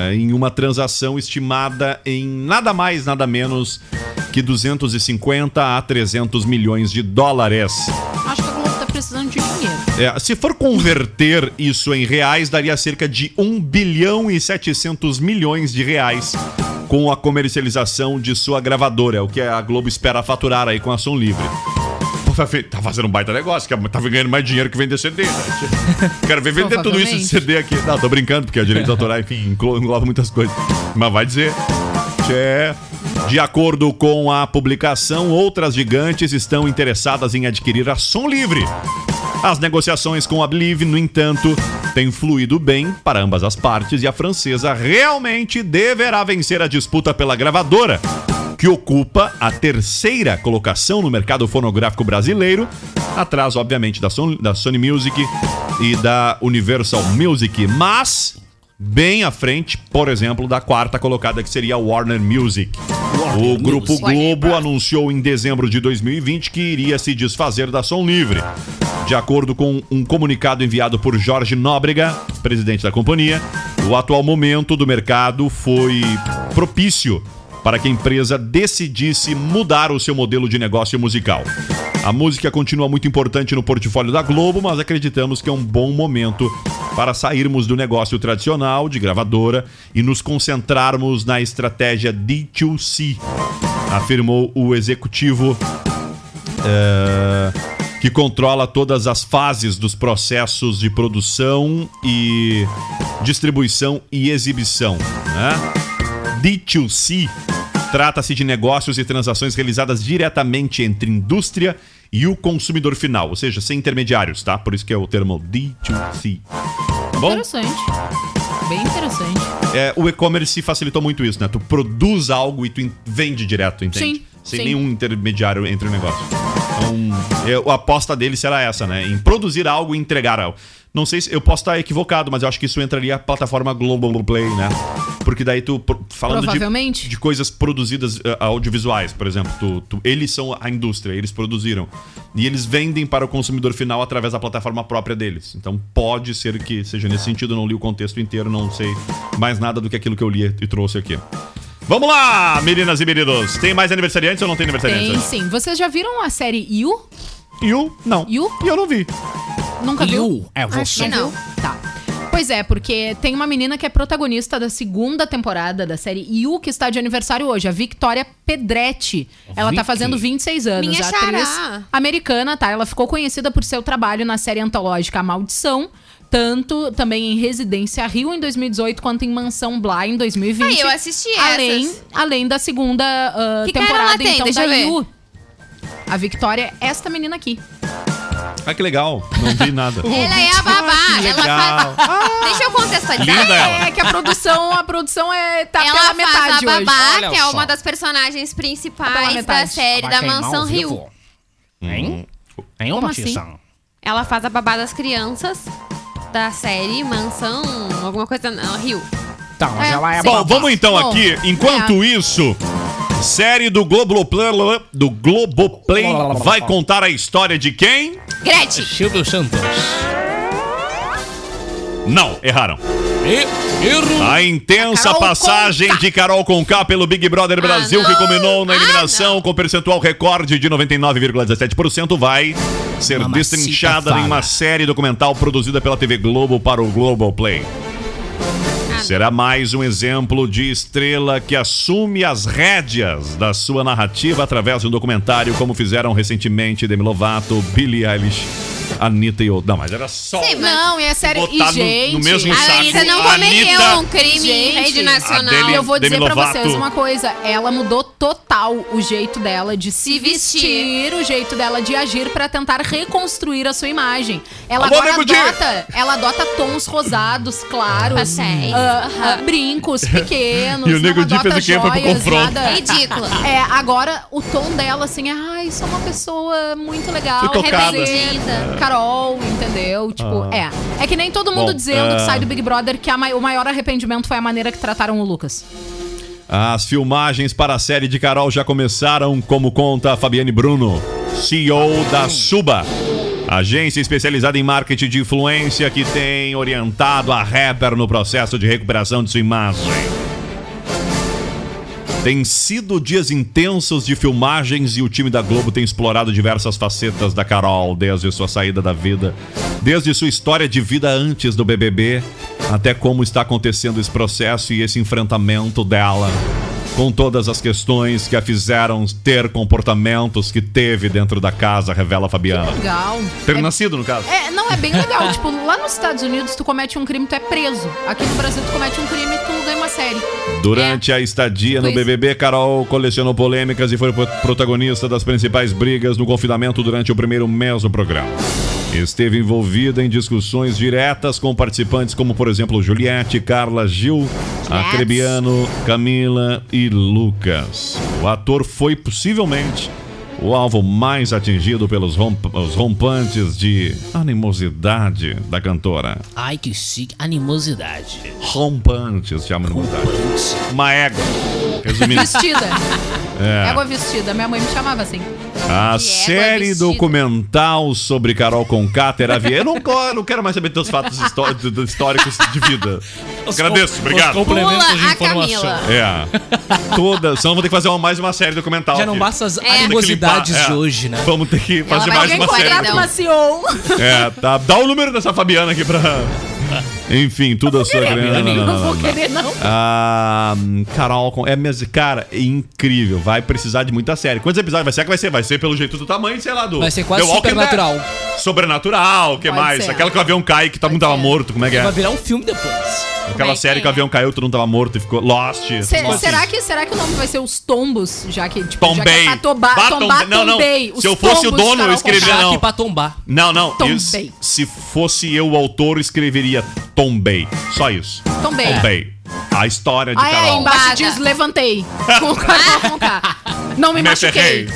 Speaker 2: É, em uma transação estimada em nada mais, nada menos que 250 a 300 milhões de dólares.
Speaker 3: Acho que a Globo tá precisando de dinheiro.
Speaker 2: É, se for converter um isso em reais, daria cerca de 1 bilhão e 700 milhões de reais com a comercialização de sua gravadora, é o que a Globo espera faturar aí com a Som Livre. Pô, tá fe- Tá fazendo um baita negócio, que tá ganhando mais dinheiro que vender CD. né? Quero ver vender tudo isso de
Speaker 3: Provavelmente.
Speaker 2: CD aqui. Não, tô brincando, porque a direita autoral, enfim, inclu- engloba muitas coisas. Mas vai dizer. Tchê. De acordo com a publicação, outras gigantes estão interessadas em adquirir a Som Livre. As negociações com a Believe, no entanto, têm fluído bem para ambas as partes e a francesa realmente deverá vencer a disputa pela gravadora, que ocupa a terceira colocação no mercado fonográfico brasileiro, atrás, obviamente, da Son- da Sony Music e da Universal Music, mas bem à frente, por exemplo, da quarta colocada, que seria a Warner Music. o Grupo Globo anunciou em dezembro de 2020 que iria se desfazer da Som Livre. De acordo com um comunicado enviado por Jorge Nóbrega, presidente da companhia, o atual momento do mercado foi propício para que a empresa decidisse mudar o seu modelo de negócio musical. A música continua muito importante no portfólio da Globo, mas acreditamos que é um bom momento para sairmos do negócio tradicional de gravadora e nos concentrarmos na estratégia D2C, afirmou o executivo eh, que controla todas as fases dos processos de produção e distribuição e exibição. Né? D2C trata-se de negócios e transações realizadas diretamente entre indústria e o consumidor final, ou seja, sem intermediários, tá? Por isso que é o termo D2C. Tá Bom,
Speaker 3: Interessante. Bem interessante.
Speaker 2: é, o e-commerce facilitou muito isso, né? Tu produz algo e tu in- vende direto, entende?
Speaker 3: Sim,
Speaker 2: Sem
Speaker 3: sim.
Speaker 2: nenhum intermediário entre o negócio. Então, eu- a aposta dele será essa, né? Em produzir algo e entregar algo. Não sei se eu posso estar equivocado, mas eu acho que isso entraria a plataforma Globoplay, né? Porque daí tu pro- falando de,
Speaker 3: Provavelmente.
Speaker 2: de coisas produzidas eh, audiovisuais, por exemplo, tu- tu- eles são a indústria, eles produziram e eles vendem para o consumidor final através da plataforma própria deles. Então pode ser que seja nesse sentido. Eu não li o contexto inteiro, não sei mais nada do que aquilo que eu li e trouxe aqui. Vamos lá, meninas e meninos. Tem mais aniversariantes ou não tem aniversariantes?
Speaker 3: Tem
Speaker 2: hoje?
Speaker 3: sim. Vocês já viram a série You?
Speaker 2: E o não.
Speaker 3: E o?
Speaker 2: E eu não vi.
Speaker 3: Nunca viu?
Speaker 4: é
Speaker 5: Acho que não.
Speaker 3: Tá. Pois é, porque tem uma menina que é protagonista da segunda temporada da série You, que está de aniversário hoje, a Victoria Pedretti. Ela tá
Speaker 4: Vicky.
Speaker 3: fazendo 26 anos.
Speaker 5: Minha
Speaker 3: a atriz
Speaker 5: xará.
Speaker 3: americana, tá? Ela ficou conhecida por seu trabalho na série antológica A Maldição, tanto também em Residência Rio em 2018, quanto em Mansão Bly em 2020.
Speaker 5: Aí eu assisti
Speaker 3: além,
Speaker 5: essas.
Speaker 3: Além da segunda ah,
Speaker 5: Que cara
Speaker 3: temporada,
Speaker 5: ela tem?
Speaker 3: então,
Speaker 5: Deixa
Speaker 3: da
Speaker 5: eu ver.
Speaker 3: You. A Victoria é esta menina aqui.
Speaker 2: Ah, que legal. Não vi nada.
Speaker 5: Ela é a babá.
Speaker 2: que
Speaker 5: Ela
Speaker 2: legal.
Speaker 5: faz... Ah. Deixa eu contextualizar.
Speaker 2: Linda ela.
Speaker 3: É que a produção, a produção é, tá
Speaker 5: ela
Speaker 3: pela
Speaker 5: faz
Speaker 3: metade
Speaker 5: a
Speaker 3: hoje.
Speaker 5: babá,
Speaker 6: Olha
Speaker 5: que é
Speaker 6: só.
Speaker 5: uma das personagens
Speaker 3: Tá pela
Speaker 5: principais da
Speaker 3: metade.
Speaker 4: é
Speaker 5: série da Mansão Rio.
Speaker 2: Hum.
Speaker 6: Hein? Hein, ô
Speaker 3: Como assim?
Speaker 6: Batista?
Speaker 5: Ela faz a babá das crianças da série Mansão, alguma coisa não, Rio.
Speaker 6: Tá, mas
Speaker 3: É,
Speaker 6: ela é
Speaker 3: sim.
Speaker 2: Bom,
Speaker 6: babá.
Speaker 2: vamos então
Speaker 3: Bom,
Speaker 2: aqui. Enquanto isso, série do Globoplay, do Globoplay vai contar a história de quem?
Speaker 5: Gretchen.
Speaker 4: Silvio Santos.
Speaker 2: Não, erraram.
Speaker 4: E, erro.
Speaker 2: A intensa
Speaker 3: Carol
Speaker 2: passagem de Carol Conká pelo Big Brother Brasil,
Speaker 5: Ah, não.
Speaker 2: que culminou na
Speaker 5: Ah,
Speaker 2: eliminação com percentual recorde de 99,17%, vai ser
Speaker 4: Mamacita
Speaker 2: destrinchada em uma
Speaker 4: fala.
Speaker 2: série documental produzida pela TV Globo para o Globoplay.
Speaker 5: Ah,
Speaker 2: Será mais um exemplo de estrela que assume as rédeas da sua narrativa através de um documentário, como fizeram recentemente Demi Lovato, Billie Eilish, Anitta e outros. Não, mas era só. um
Speaker 5: Sim, mas
Speaker 3: Não, e é sério.
Speaker 2: Botar no-
Speaker 3: E, gente,
Speaker 2: no mesmo
Speaker 5: a
Speaker 2: saco.
Speaker 5: Anitta não
Speaker 2: Anitta-
Speaker 5: cometeu um crime em
Speaker 3: Gente,
Speaker 5: rede
Speaker 2: a
Speaker 5: nacional.
Speaker 2: Demi-
Speaker 3: eu vou dizer
Speaker 2: Demi
Speaker 3: pra
Speaker 2: Lovato.
Speaker 3: vocês uma coisa. Ela mudou total o jeito dela de se
Speaker 5: vestir.
Speaker 3: vestir, o jeito dela de agir pra tentar reconstruir a sua imagem. Ela
Speaker 2: Alô,
Speaker 3: agora
Speaker 2: nego Di!
Speaker 3: adota, ela adota tons rosados,
Speaker 5: Tá
Speaker 3: claros,
Speaker 5: certo.
Speaker 3: ah, ah, brincos pequenos.
Speaker 2: E o nego
Speaker 3: não
Speaker 2: Di fez
Speaker 3: adota
Speaker 2: o quê? Foi pro
Speaker 3: joias,
Speaker 2: confronto.
Speaker 3: nada.
Speaker 5: Ridícula.
Speaker 3: É, agora o tom dela, assim, é, ai, sou uma pessoa muito legal,
Speaker 2: Fui tocada.
Speaker 3: representida. Carol, entendeu? Tipo, é. É que nem todo mundo
Speaker 2: Ah. Bom,
Speaker 3: dizendo
Speaker 2: ah.
Speaker 3: que sai do Big Brother que a mai- o maior arrependimento foi a maneira que trataram o Lucas.
Speaker 2: As filmagens para a série de Carol já começaram, como conta Fabiane Bruno, CEO da Suba, agência especializada em marketing de influência que tem orientado a rapper no processo de recuperação de sua imagem. Tem sido dias intensos de filmagens e o time da Globo tem explorado diversas facetas da Carol, desde sua saída da vida, desde sua história de vida antes do BBB, até como está acontecendo esse processo e esse enfrentamento dela com todas as questões que a fizeram ter comportamentos que teve dentro da casa, revela a Fabiana.
Speaker 3: Legal.
Speaker 2: Ter nascido, no caso.
Speaker 3: É, não, é bem legal. tipo, lá nos Estados Unidos, tu comete um crime, tu é preso. Aqui no Brasil, tu comete um crime, tu ganha uma série.
Speaker 2: Durante a estadia no
Speaker 3: Pois.
Speaker 2: BBB, Carol colecionou polêmicas e foi pro- protagonista das principais brigas no confinamento durante o primeiro mês do programa. Esteve envolvida em discussões diretas com participantes como, por exemplo, Juliette, Carla Gil, Acrebiano, Camila e Lucas. O ator foi possivelmente o alvo mais atingido pelos romp- os rompantes de animosidade da cantora.
Speaker 6: Ai, que chique. Animosidade.
Speaker 2: Rompantes de animosidade. Uma égua. Resumindo.
Speaker 3: Vestida.
Speaker 2: É.
Speaker 3: Égua vestida. Minha mãe me chamava assim.
Speaker 2: A
Speaker 5: De égua
Speaker 2: série
Speaker 5: vestida.
Speaker 2: documental sobre Carol Conká terá vi- Eu não, co- eu não quero mais saber teus fatos histó- do- do- históricos de vida. Agradeço, obrigado.
Speaker 5: Pula a
Speaker 6: informação.
Speaker 5: Camila.
Speaker 2: É. Todas. Senão vou ter que fazer uma- mais uma série documental.
Speaker 4: Já não
Speaker 2: aqui.
Speaker 4: basta as
Speaker 5: É.
Speaker 2: Tem que
Speaker 4: animosidades
Speaker 2: limpar,
Speaker 4: de
Speaker 2: é.
Speaker 4: hoje, né?
Speaker 2: Vamos ter que fazer
Speaker 5: vai
Speaker 2: mais
Speaker 5: ter
Speaker 2: uma
Speaker 5: que
Speaker 2: série. então.
Speaker 5: Não.
Speaker 3: Uma CEO.
Speaker 2: É, tá. Dá o número dessa Fabiana aqui pra. Enfim, tudo a sua
Speaker 4: é
Speaker 2: grana. Não, não,
Speaker 3: Não
Speaker 2: não,
Speaker 3: vou
Speaker 2: não.
Speaker 3: querer, não.
Speaker 2: Ah, Carol, Con- é mesmo, cara, é incrível. Vai precisar de muita série. Quantos episódios vai ser? que vai ser? Vai ser pelo jeito do tamanho, sei lá, do.
Speaker 4: Vai ser quase
Speaker 2: The Walking Dead.
Speaker 4: supernatural.
Speaker 2: Sobrenatural, o que
Speaker 3: Pode
Speaker 2: mais?
Speaker 3: ser.
Speaker 2: Aquela que o avião cai que todo mundo tava morto, como é que é?
Speaker 4: Vai virar um filme depois.
Speaker 2: Aquela
Speaker 5: é que
Speaker 2: série que o
Speaker 5: é?
Speaker 2: avião caiu, todo mundo tava morto e ficou Lost. Tipo assim.
Speaker 3: Se-
Speaker 2: Nossa.
Speaker 3: será, que, será que o nome vai ser Os Tombos? Já que, tipo, já que
Speaker 2: Tombei.
Speaker 3: é pra toba-
Speaker 2: Bah,
Speaker 3: tombar,
Speaker 2: tombe- não, não.
Speaker 3: tombei. Os
Speaker 2: Se eu fosse o
Speaker 3: tombos de
Speaker 2: dono, eu
Speaker 3: Carol
Speaker 2: escrevia,
Speaker 3: Conká.
Speaker 2: não.
Speaker 4: Aqui pra tombar.
Speaker 2: Não, não.
Speaker 3: Tombei.
Speaker 2: isso- se fosse eu o autor, eu escreveria Tombei. Só isso.
Speaker 3: Tombei.
Speaker 2: Tombei. A história de
Speaker 3: Ah, é,
Speaker 2: Carol.
Speaker 3: embaixo
Speaker 5: Nada.
Speaker 3: diz levantei. Com Carol Conká. Não me
Speaker 2: Me
Speaker 3: machuquei.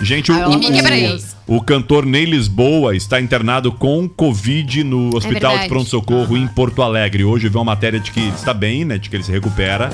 Speaker 2: Gente, o,
Speaker 3: Ai, Ah, eu
Speaker 2: o-
Speaker 5: me quebrei.
Speaker 2: o cantor Ney Lisboa está internado com Covid no
Speaker 3: É
Speaker 2: Hospital de
Speaker 5: verdade.
Speaker 2: Pronto-Socorro em Porto Alegre. Hoje veio uma matéria de que ele está bem, né? De que ele se recupera,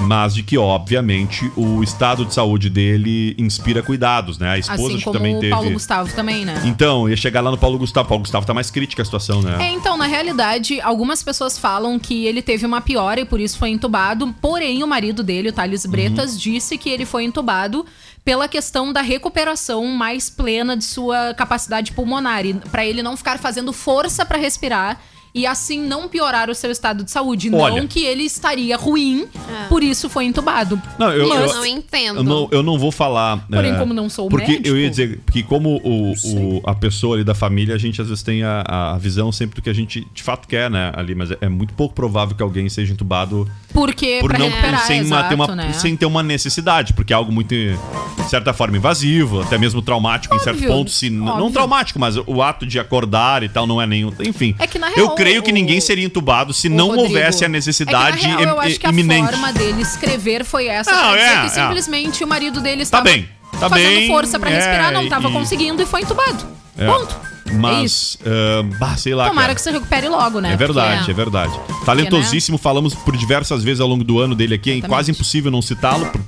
Speaker 2: mas de que, obviamente, o estado de saúde dele inspira cuidados, né? A esposa
Speaker 3: Assim
Speaker 2: acho que
Speaker 3: como
Speaker 2: também
Speaker 3: o
Speaker 2: teve.
Speaker 3: Paulo Gustavo também, né?
Speaker 2: Então, ia chegar lá no Paulo Gustavo. Paulo Gustavo tá mais crítica a situação,
Speaker 3: É,
Speaker 2: né?
Speaker 3: então, na realidade, algumas pessoas falam que ele teve uma piora e por isso foi entubado. Porém, o marido dele, o
Speaker 2: Uhum.
Speaker 3: Thales Bretas, disse que ele foi entubado pela questão da recuperação mais plena de sua capacidade pulmonar. E pra ele não ficar fazendo força pra respirar. E assim não piorar o seu estado de saúde.
Speaker 2: Olha.
Speaker 3: Não que ele estaria ruim, por isso foi entubado.
Speaker 2: Não, eu,
Speaker 5: Eu,
Speaker 2: eu-
Speaker 5: não entendo.
Speaker 2: Eu não, eu não vou falar. é,
Speaker 3: Porém, como não sou
Speaker 2: Porque
Speaker 3: médico-
Speaker 2: eu ia dizer que, como o, o- a pessoa ali da família, a gente às vezes tem a, a visão sempre do que a gente de fato quer, né? Ali, mas é, é muito pouco provável que alguém seja entubado
Speaker 3: Porque
Speaker 2: por
Speaker 3: É pra
Speaker 2: não
Speaker 3: recuperar,
Speaker 2: sem, uma-
Speaker 3: exato,
Speaker 2: ter uma-
Speaker 3: né?
Speaker 2: sem ter uma necessidade, porque é algo muito, de certa forma, invasivo, até mesmo traumático em certo
Speaker 3: Óbvio,
Speaker 2: ponto. Se, n- Não
Speaker 3: óbvio.
Speaker 2: traumático, mas o ato de acordar e tal não é nenhum. Enfim.
Speaker 3: É que, na
Speaker 2: eu
Speaker 3: real,
Speaker 2: creio que
Speaker 3: o-
Speaker 2: ninguém seria entubado se não
Speaker 3: Rodrigo,
Speaker 2: houvesse a
Speaker 3: é
Speaker 2: necessidade
Speaker 3: que, na real, eu
Speaker 2: im-
Speaker 3: acho que
Speaker 2: iminente.
Speaker 3: a forma dele escrever foi essa.
Speaker 2: Não,
Speaker 3: pra dizer
Speaker 2: é,
Speaker 3: que
Speaker 2: é.
Speaker 3: simplesmente o marido dele estava
Speaker 2: bem, tá
Speaker 3: fazendo
Speaker 2: bem,
Speaker 3: força pra
Speaker 2: é,
Speaker 3: respirar, não estava
Speaker 2: e-
Speaker 3: conseguindo e foi entubado.
Speaker 2: É.
Speaker 3: Ponto. É
Speaker 2: Mas,
Speaker 3: isso.
Speaker 2: ah, bah, sei lá.
Speaker 3: Tomara
Speaker 2: cara.
Speaker 3: que você recupere logo, né?
Speaker 2: É verdade,
Speaker 3: Porque- né?
Speaker 2: é verdade. Talentosíssimo, falamos por diversas vezes ao longo do ano dele aqui, é
Speaker 3: Exatamente.
Speaker 2: quase impossível não citá-lo por,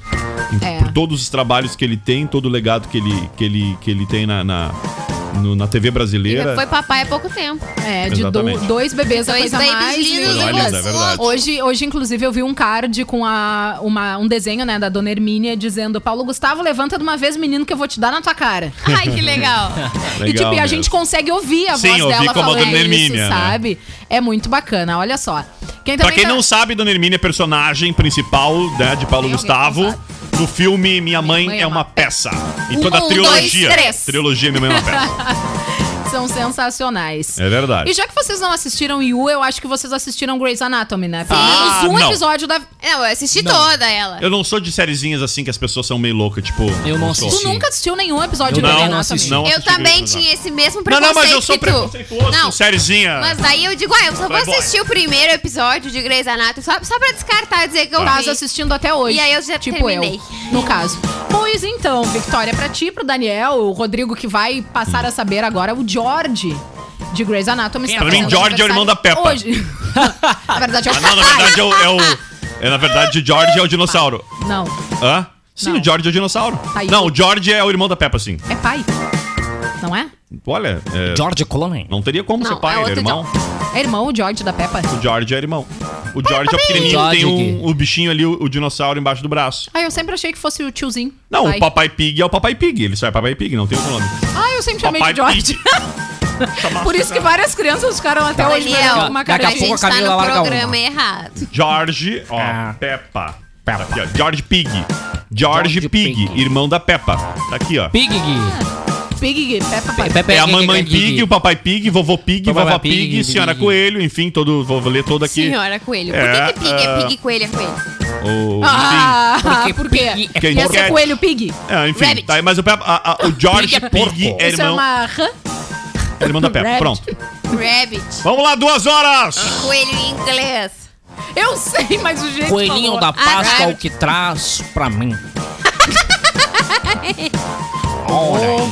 Speaker 3: É.
Speaker 2: por todos os trabalhos que ele tem, todo o legado que ele, que ele, que ele tem na, na, no- na TV brasileira.
Speaker 5: Ele foi papai há pouco tempo.
Speaker 3: É, de do-
Speaker 2: Exatamente.
Speaker 3: dois bebês, a
Speaker 5: Dois
Speaker 3: coisa
Speaker 5: babies
Speaker 3: mais
Speaker 5: lindos
Speaker 2: e
Speaker 3: linda.
Speaker 2: lindos, é verdade.
Speaker 3: Hoje, hoje, inclusive, eu vi um card com a, uma- um desenho, né, da Dona Hermínia dizendo Paulo Gustavo, levanta de uma vez, menino, que eu vou te dar na tua cara.
Speaker 5: Ai, que legal.
Speaker 3: e tipo,
Speaker 2: Legal
Speaker 3: e a
Speaker 2: mesmo.
Speaker 3: gente consegue ouvir a
Speaker 2: Sim,
Speaker 3: voz
Speaker 2: ouvir
Speaker 3: dela
Speaker 2: como a
Speaker 3: falando
Speaker 2: Dona
Speaker 3: isso,
Speaker 2: Hermínia, né?
Speaker 3: sabe? É muito bacana, olha só. Quem
Speaker 2: Pra
Speaker 3: também
Speaker 2: quem
Speaker 3: tá-
Speaker 2: não sabe, Dona Hermínia é personagem principal né, de Paulo
Speaker 3: Tem alguém
Speaker 2: Gustavo.
Speaker 3: que não
Speaker 2: No filme Minha Mãe,
Speaker 3: Mãe
Speaker 2: é uma peça. E
Speaker 3: Um,
Speaker 2: toda a
Speaker 3: dois,
Speaker 2: trilogia.
Speaker 3: três.
Speaker 2: trilogia Minha Mãe é uma peça.
Speaker 3: São sensacionais.
Speaker 2: É verdade.
Speaker 3: E já que vocês não assistiram You, eu acho que vocês assistiram Grey's Anatomy, né? Pelo
Speaker 2: Ah,
Speaker 3: menos um
Speaker 2: não.
Speaker 3: episódio da.
Speaker 5: Não, eu assisti toda ela.
Speaker 2: Eu não sou de sériezinhas assim que as pessoas são meio loucas, tipo.
Speaker 4: Eu não
Speaker 2: sou.
Speaker 3: Tu
Speaker 4: assisti. Sim.
Speaker 3: nunca assistiu nenhum episódio de
Speaker 4: Eu
Speaker 3: Grey's
Speaker 2: Não,
Speaker 4: não
Speaker 3: Anatomy?
Speaker 4: assisti.
Speaker 2: não
Speaker 5: Eu
Speaker 2: assisti
Speaker 5: também
Speaker 2: Grey's
Speaker 5: tinha esse mesmo
Speaker 2: Não,
Speaker 5: preconceito
Speaker 2: não, mas eu sou
Speaker 5: que tu.
Speaker 2: preconceituoso
Speaker 5: Não,
Speaker 2: com sériezinha.
Speaker 5: mas daí eu digo, ah, eu só vou
Speaker 2: Playboy.
Speaker 5: assistir o primeiro episódio de Grey's Anatomy só, só pra descartar, dizer que eu
Speaker 3: No
Speaker 2: Tá.
Speaker 3: caso,
Speaker 5: vi.
Speaker 3: Tá assistindo até hoje.
Speaker 5: E aí eu já
Speaker 3: tipo
Speaker 5: terminei.
Speaker 3: eu, no caso. Pois então, Victoria, pra ti, pro Daniel, o Rodrigo que vai passar a saber agora, o George de Grey's Anatomy. está
Speaker 2: Pra mim,
Speaker 3: fazendo
Speaker 2: George é o irmão da
Speaker 3: aniversário
Speaker 2: Peppa.
Speaker 3: Hoje. na verdade, é o
Speaker 2: Ah, não, na
Speaker 3: papai.
Speaker 2: verdade é o. É, o- é, na verdade, George é o dinossauro.
Speaker 3: Não,
Speaker 2: Hã? Sim,
Speaker 3: Não.
Speaker 2: o George é o dinossauro.
Speaker 3: aí.
Speaker 2: Não, o George é o irmão da Peppa, sim.
Speaker 3: é pai. Não é?
Speaker 2: Olha, é,
Speaker 4: George Clooney.
Speaker 2: não teria como
Speaker 5: Não,
Speaker 2: ser pai,
Speaker 5: é
Speaker 2: ele é
Speaker 5: outro
Speaker 2: irmão.
Speaker 3: É irmão o George da Peppa?
Speaker 2: O George é irmão. O George é o pequenininho,
Speaker 4: George
Speaker 2: tem um,
Speaker 4: aqui.
Speaker 2: o bichinho ali, o, o dinossauro embaixo do braço.
Speaker 3: Ah, eu sempre achei que fosse o tiozinho.
Speaker 2: Não,
Speaker 3: pai.
Speaker 2: o Papai Pig é o Papai Pig, ele só é Papai Pig, não tem outro nome.
Speaker 3: Ah, eu sempre chamei
Speaker 2: Papai
Speaker 3: de George. Por isso que várias crianças ficaram até hoje
Speaker 5: Daniel,
Speaker 3: com uma cara
Speaker 4: Então, Daqui a
Speaker 5: a tá
Speaker 3: de-
Speaker 4: pouco
Speaker 5: gente
Speaker 4: a Camila
Speaker 5: tá no
Speaker 4: larga
Speaker 5: programa errado.
Speaker 2: George, ó, Peppa. Tá
Speaker 8: Peppa.
Speaker 2: Aqui, ó, George Pig. George,
Speaker 8: George
Speaker 2: Pig,
Speaker 8: Pig.
Speaker 2: irmão da Peppa. Tá aqui, ó.
Speaker 4: Pig.
Speaker 3: Pig, Peppa Pig.
Speaker 4: Pepe-
Speaker 2: É a mamãe
Speaker 4: Pig.
Speaker 2: Pig, o papai Pig, vovô Pig,
Speaker 4: Papai
Speaker 2: vovó
Speaker 4: Pig,
Speaker 2: Pig, senhora
Speaker 4: Pig.
Speaker 2: Coelho, enfim, todo, vou ler todo aqui.
Speaker 5: Senhora Coelho.
Speaker 2: É,
Speaker 5: Por que, que pig é
Speaker 2: ah,
Speaker 5: pig e coelho é coelho?
Speaker 2: O,
Speaker 3: Ah,
Speaker 4: Porque
Speaker 3: por quê?
Speaker 4: pig é
Speaker 2: Quem
Speaker 3: Ia ser
Speaker 2: quer-
Speaker 3: coelho Pig.
Speaker 2: enfim, é, enfim
Speaker 5: Rabbit.
Speaker 2: tá, aí, mas o, Peppa- a- a- o George
Speaker 4: Pig é porco.
Speaker 2: Pig é
Speaker 3: Isso é
Speaker 2: irmão,
Speaker 3: uma rã.
Speaker 2: é irmão da Peppa.
Speaker 3: Rabbit.
Speaker 2: Pronto.
Speaker 5: Rabbit.
Speaker 2: Vamos lá, duas horas!
Speaker 5: Coelho em inglês.
Speaker 3: Eu sei, mas o jeito
Speaker 4: Coelhinho
Speaker 3: que
Speaker 4: da
Speaker 3: falou.
Speaker 4: Páscoa é
Speaker 5: Caralho.
Speaker 4: o que traz pra mim.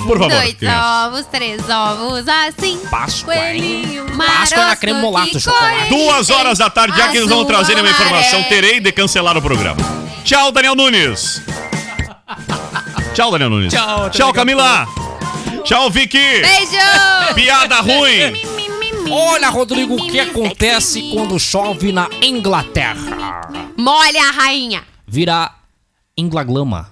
Speaker 2: Por favor.
Speaker 5: Dois
Speaker 2: criança.
Speaker 5: ovos, três ovos, assim.
Speaker 4: Páscoa, hein?
Speaker 5: Coelhinho
Speaker 4: Páscoa era
Speaker 5: maroto
Speaker 4: creme molato,
Speaker 5: que
Speaker 4: chocolate.
Speaker 5: corre
Speaker 2: Duas
Speaker 5: em
Speaker 2: horas da tarde, já que eles vão
Speaker 5: azul,
Speaker 2: trazer uma informação,
Speaker 5: amarelo.
Speaker 2: terei de cancelar o programa. Tchau, Daniel Nunes. Tchau, Daniel Nunes.
Speaker 4: Tchau, até
Speaker 2: Tchau,
Speaker 4: daqui a
Speaker 2: Camila. Tchau, Vicky.
Speaker 5: Beijo!
Speaker 2: Piada ruim.
Speaker 4: Olha, Rodrigo, o que acontece quando chove na Inglaterra?
Speaker 5: Molha a rainha.
Speaker 4: Vira Inglaglama.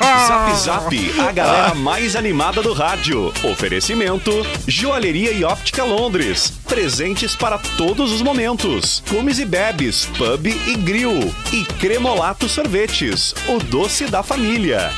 Speaker 7: Zap Zap, a galera mais animada do rádio. Oferecimento: Joalheria e Óptica Londres. Presentes para todos os momentos. Comes e bebes, pub e grill. E Cremolato Sorvetes, o doce da família.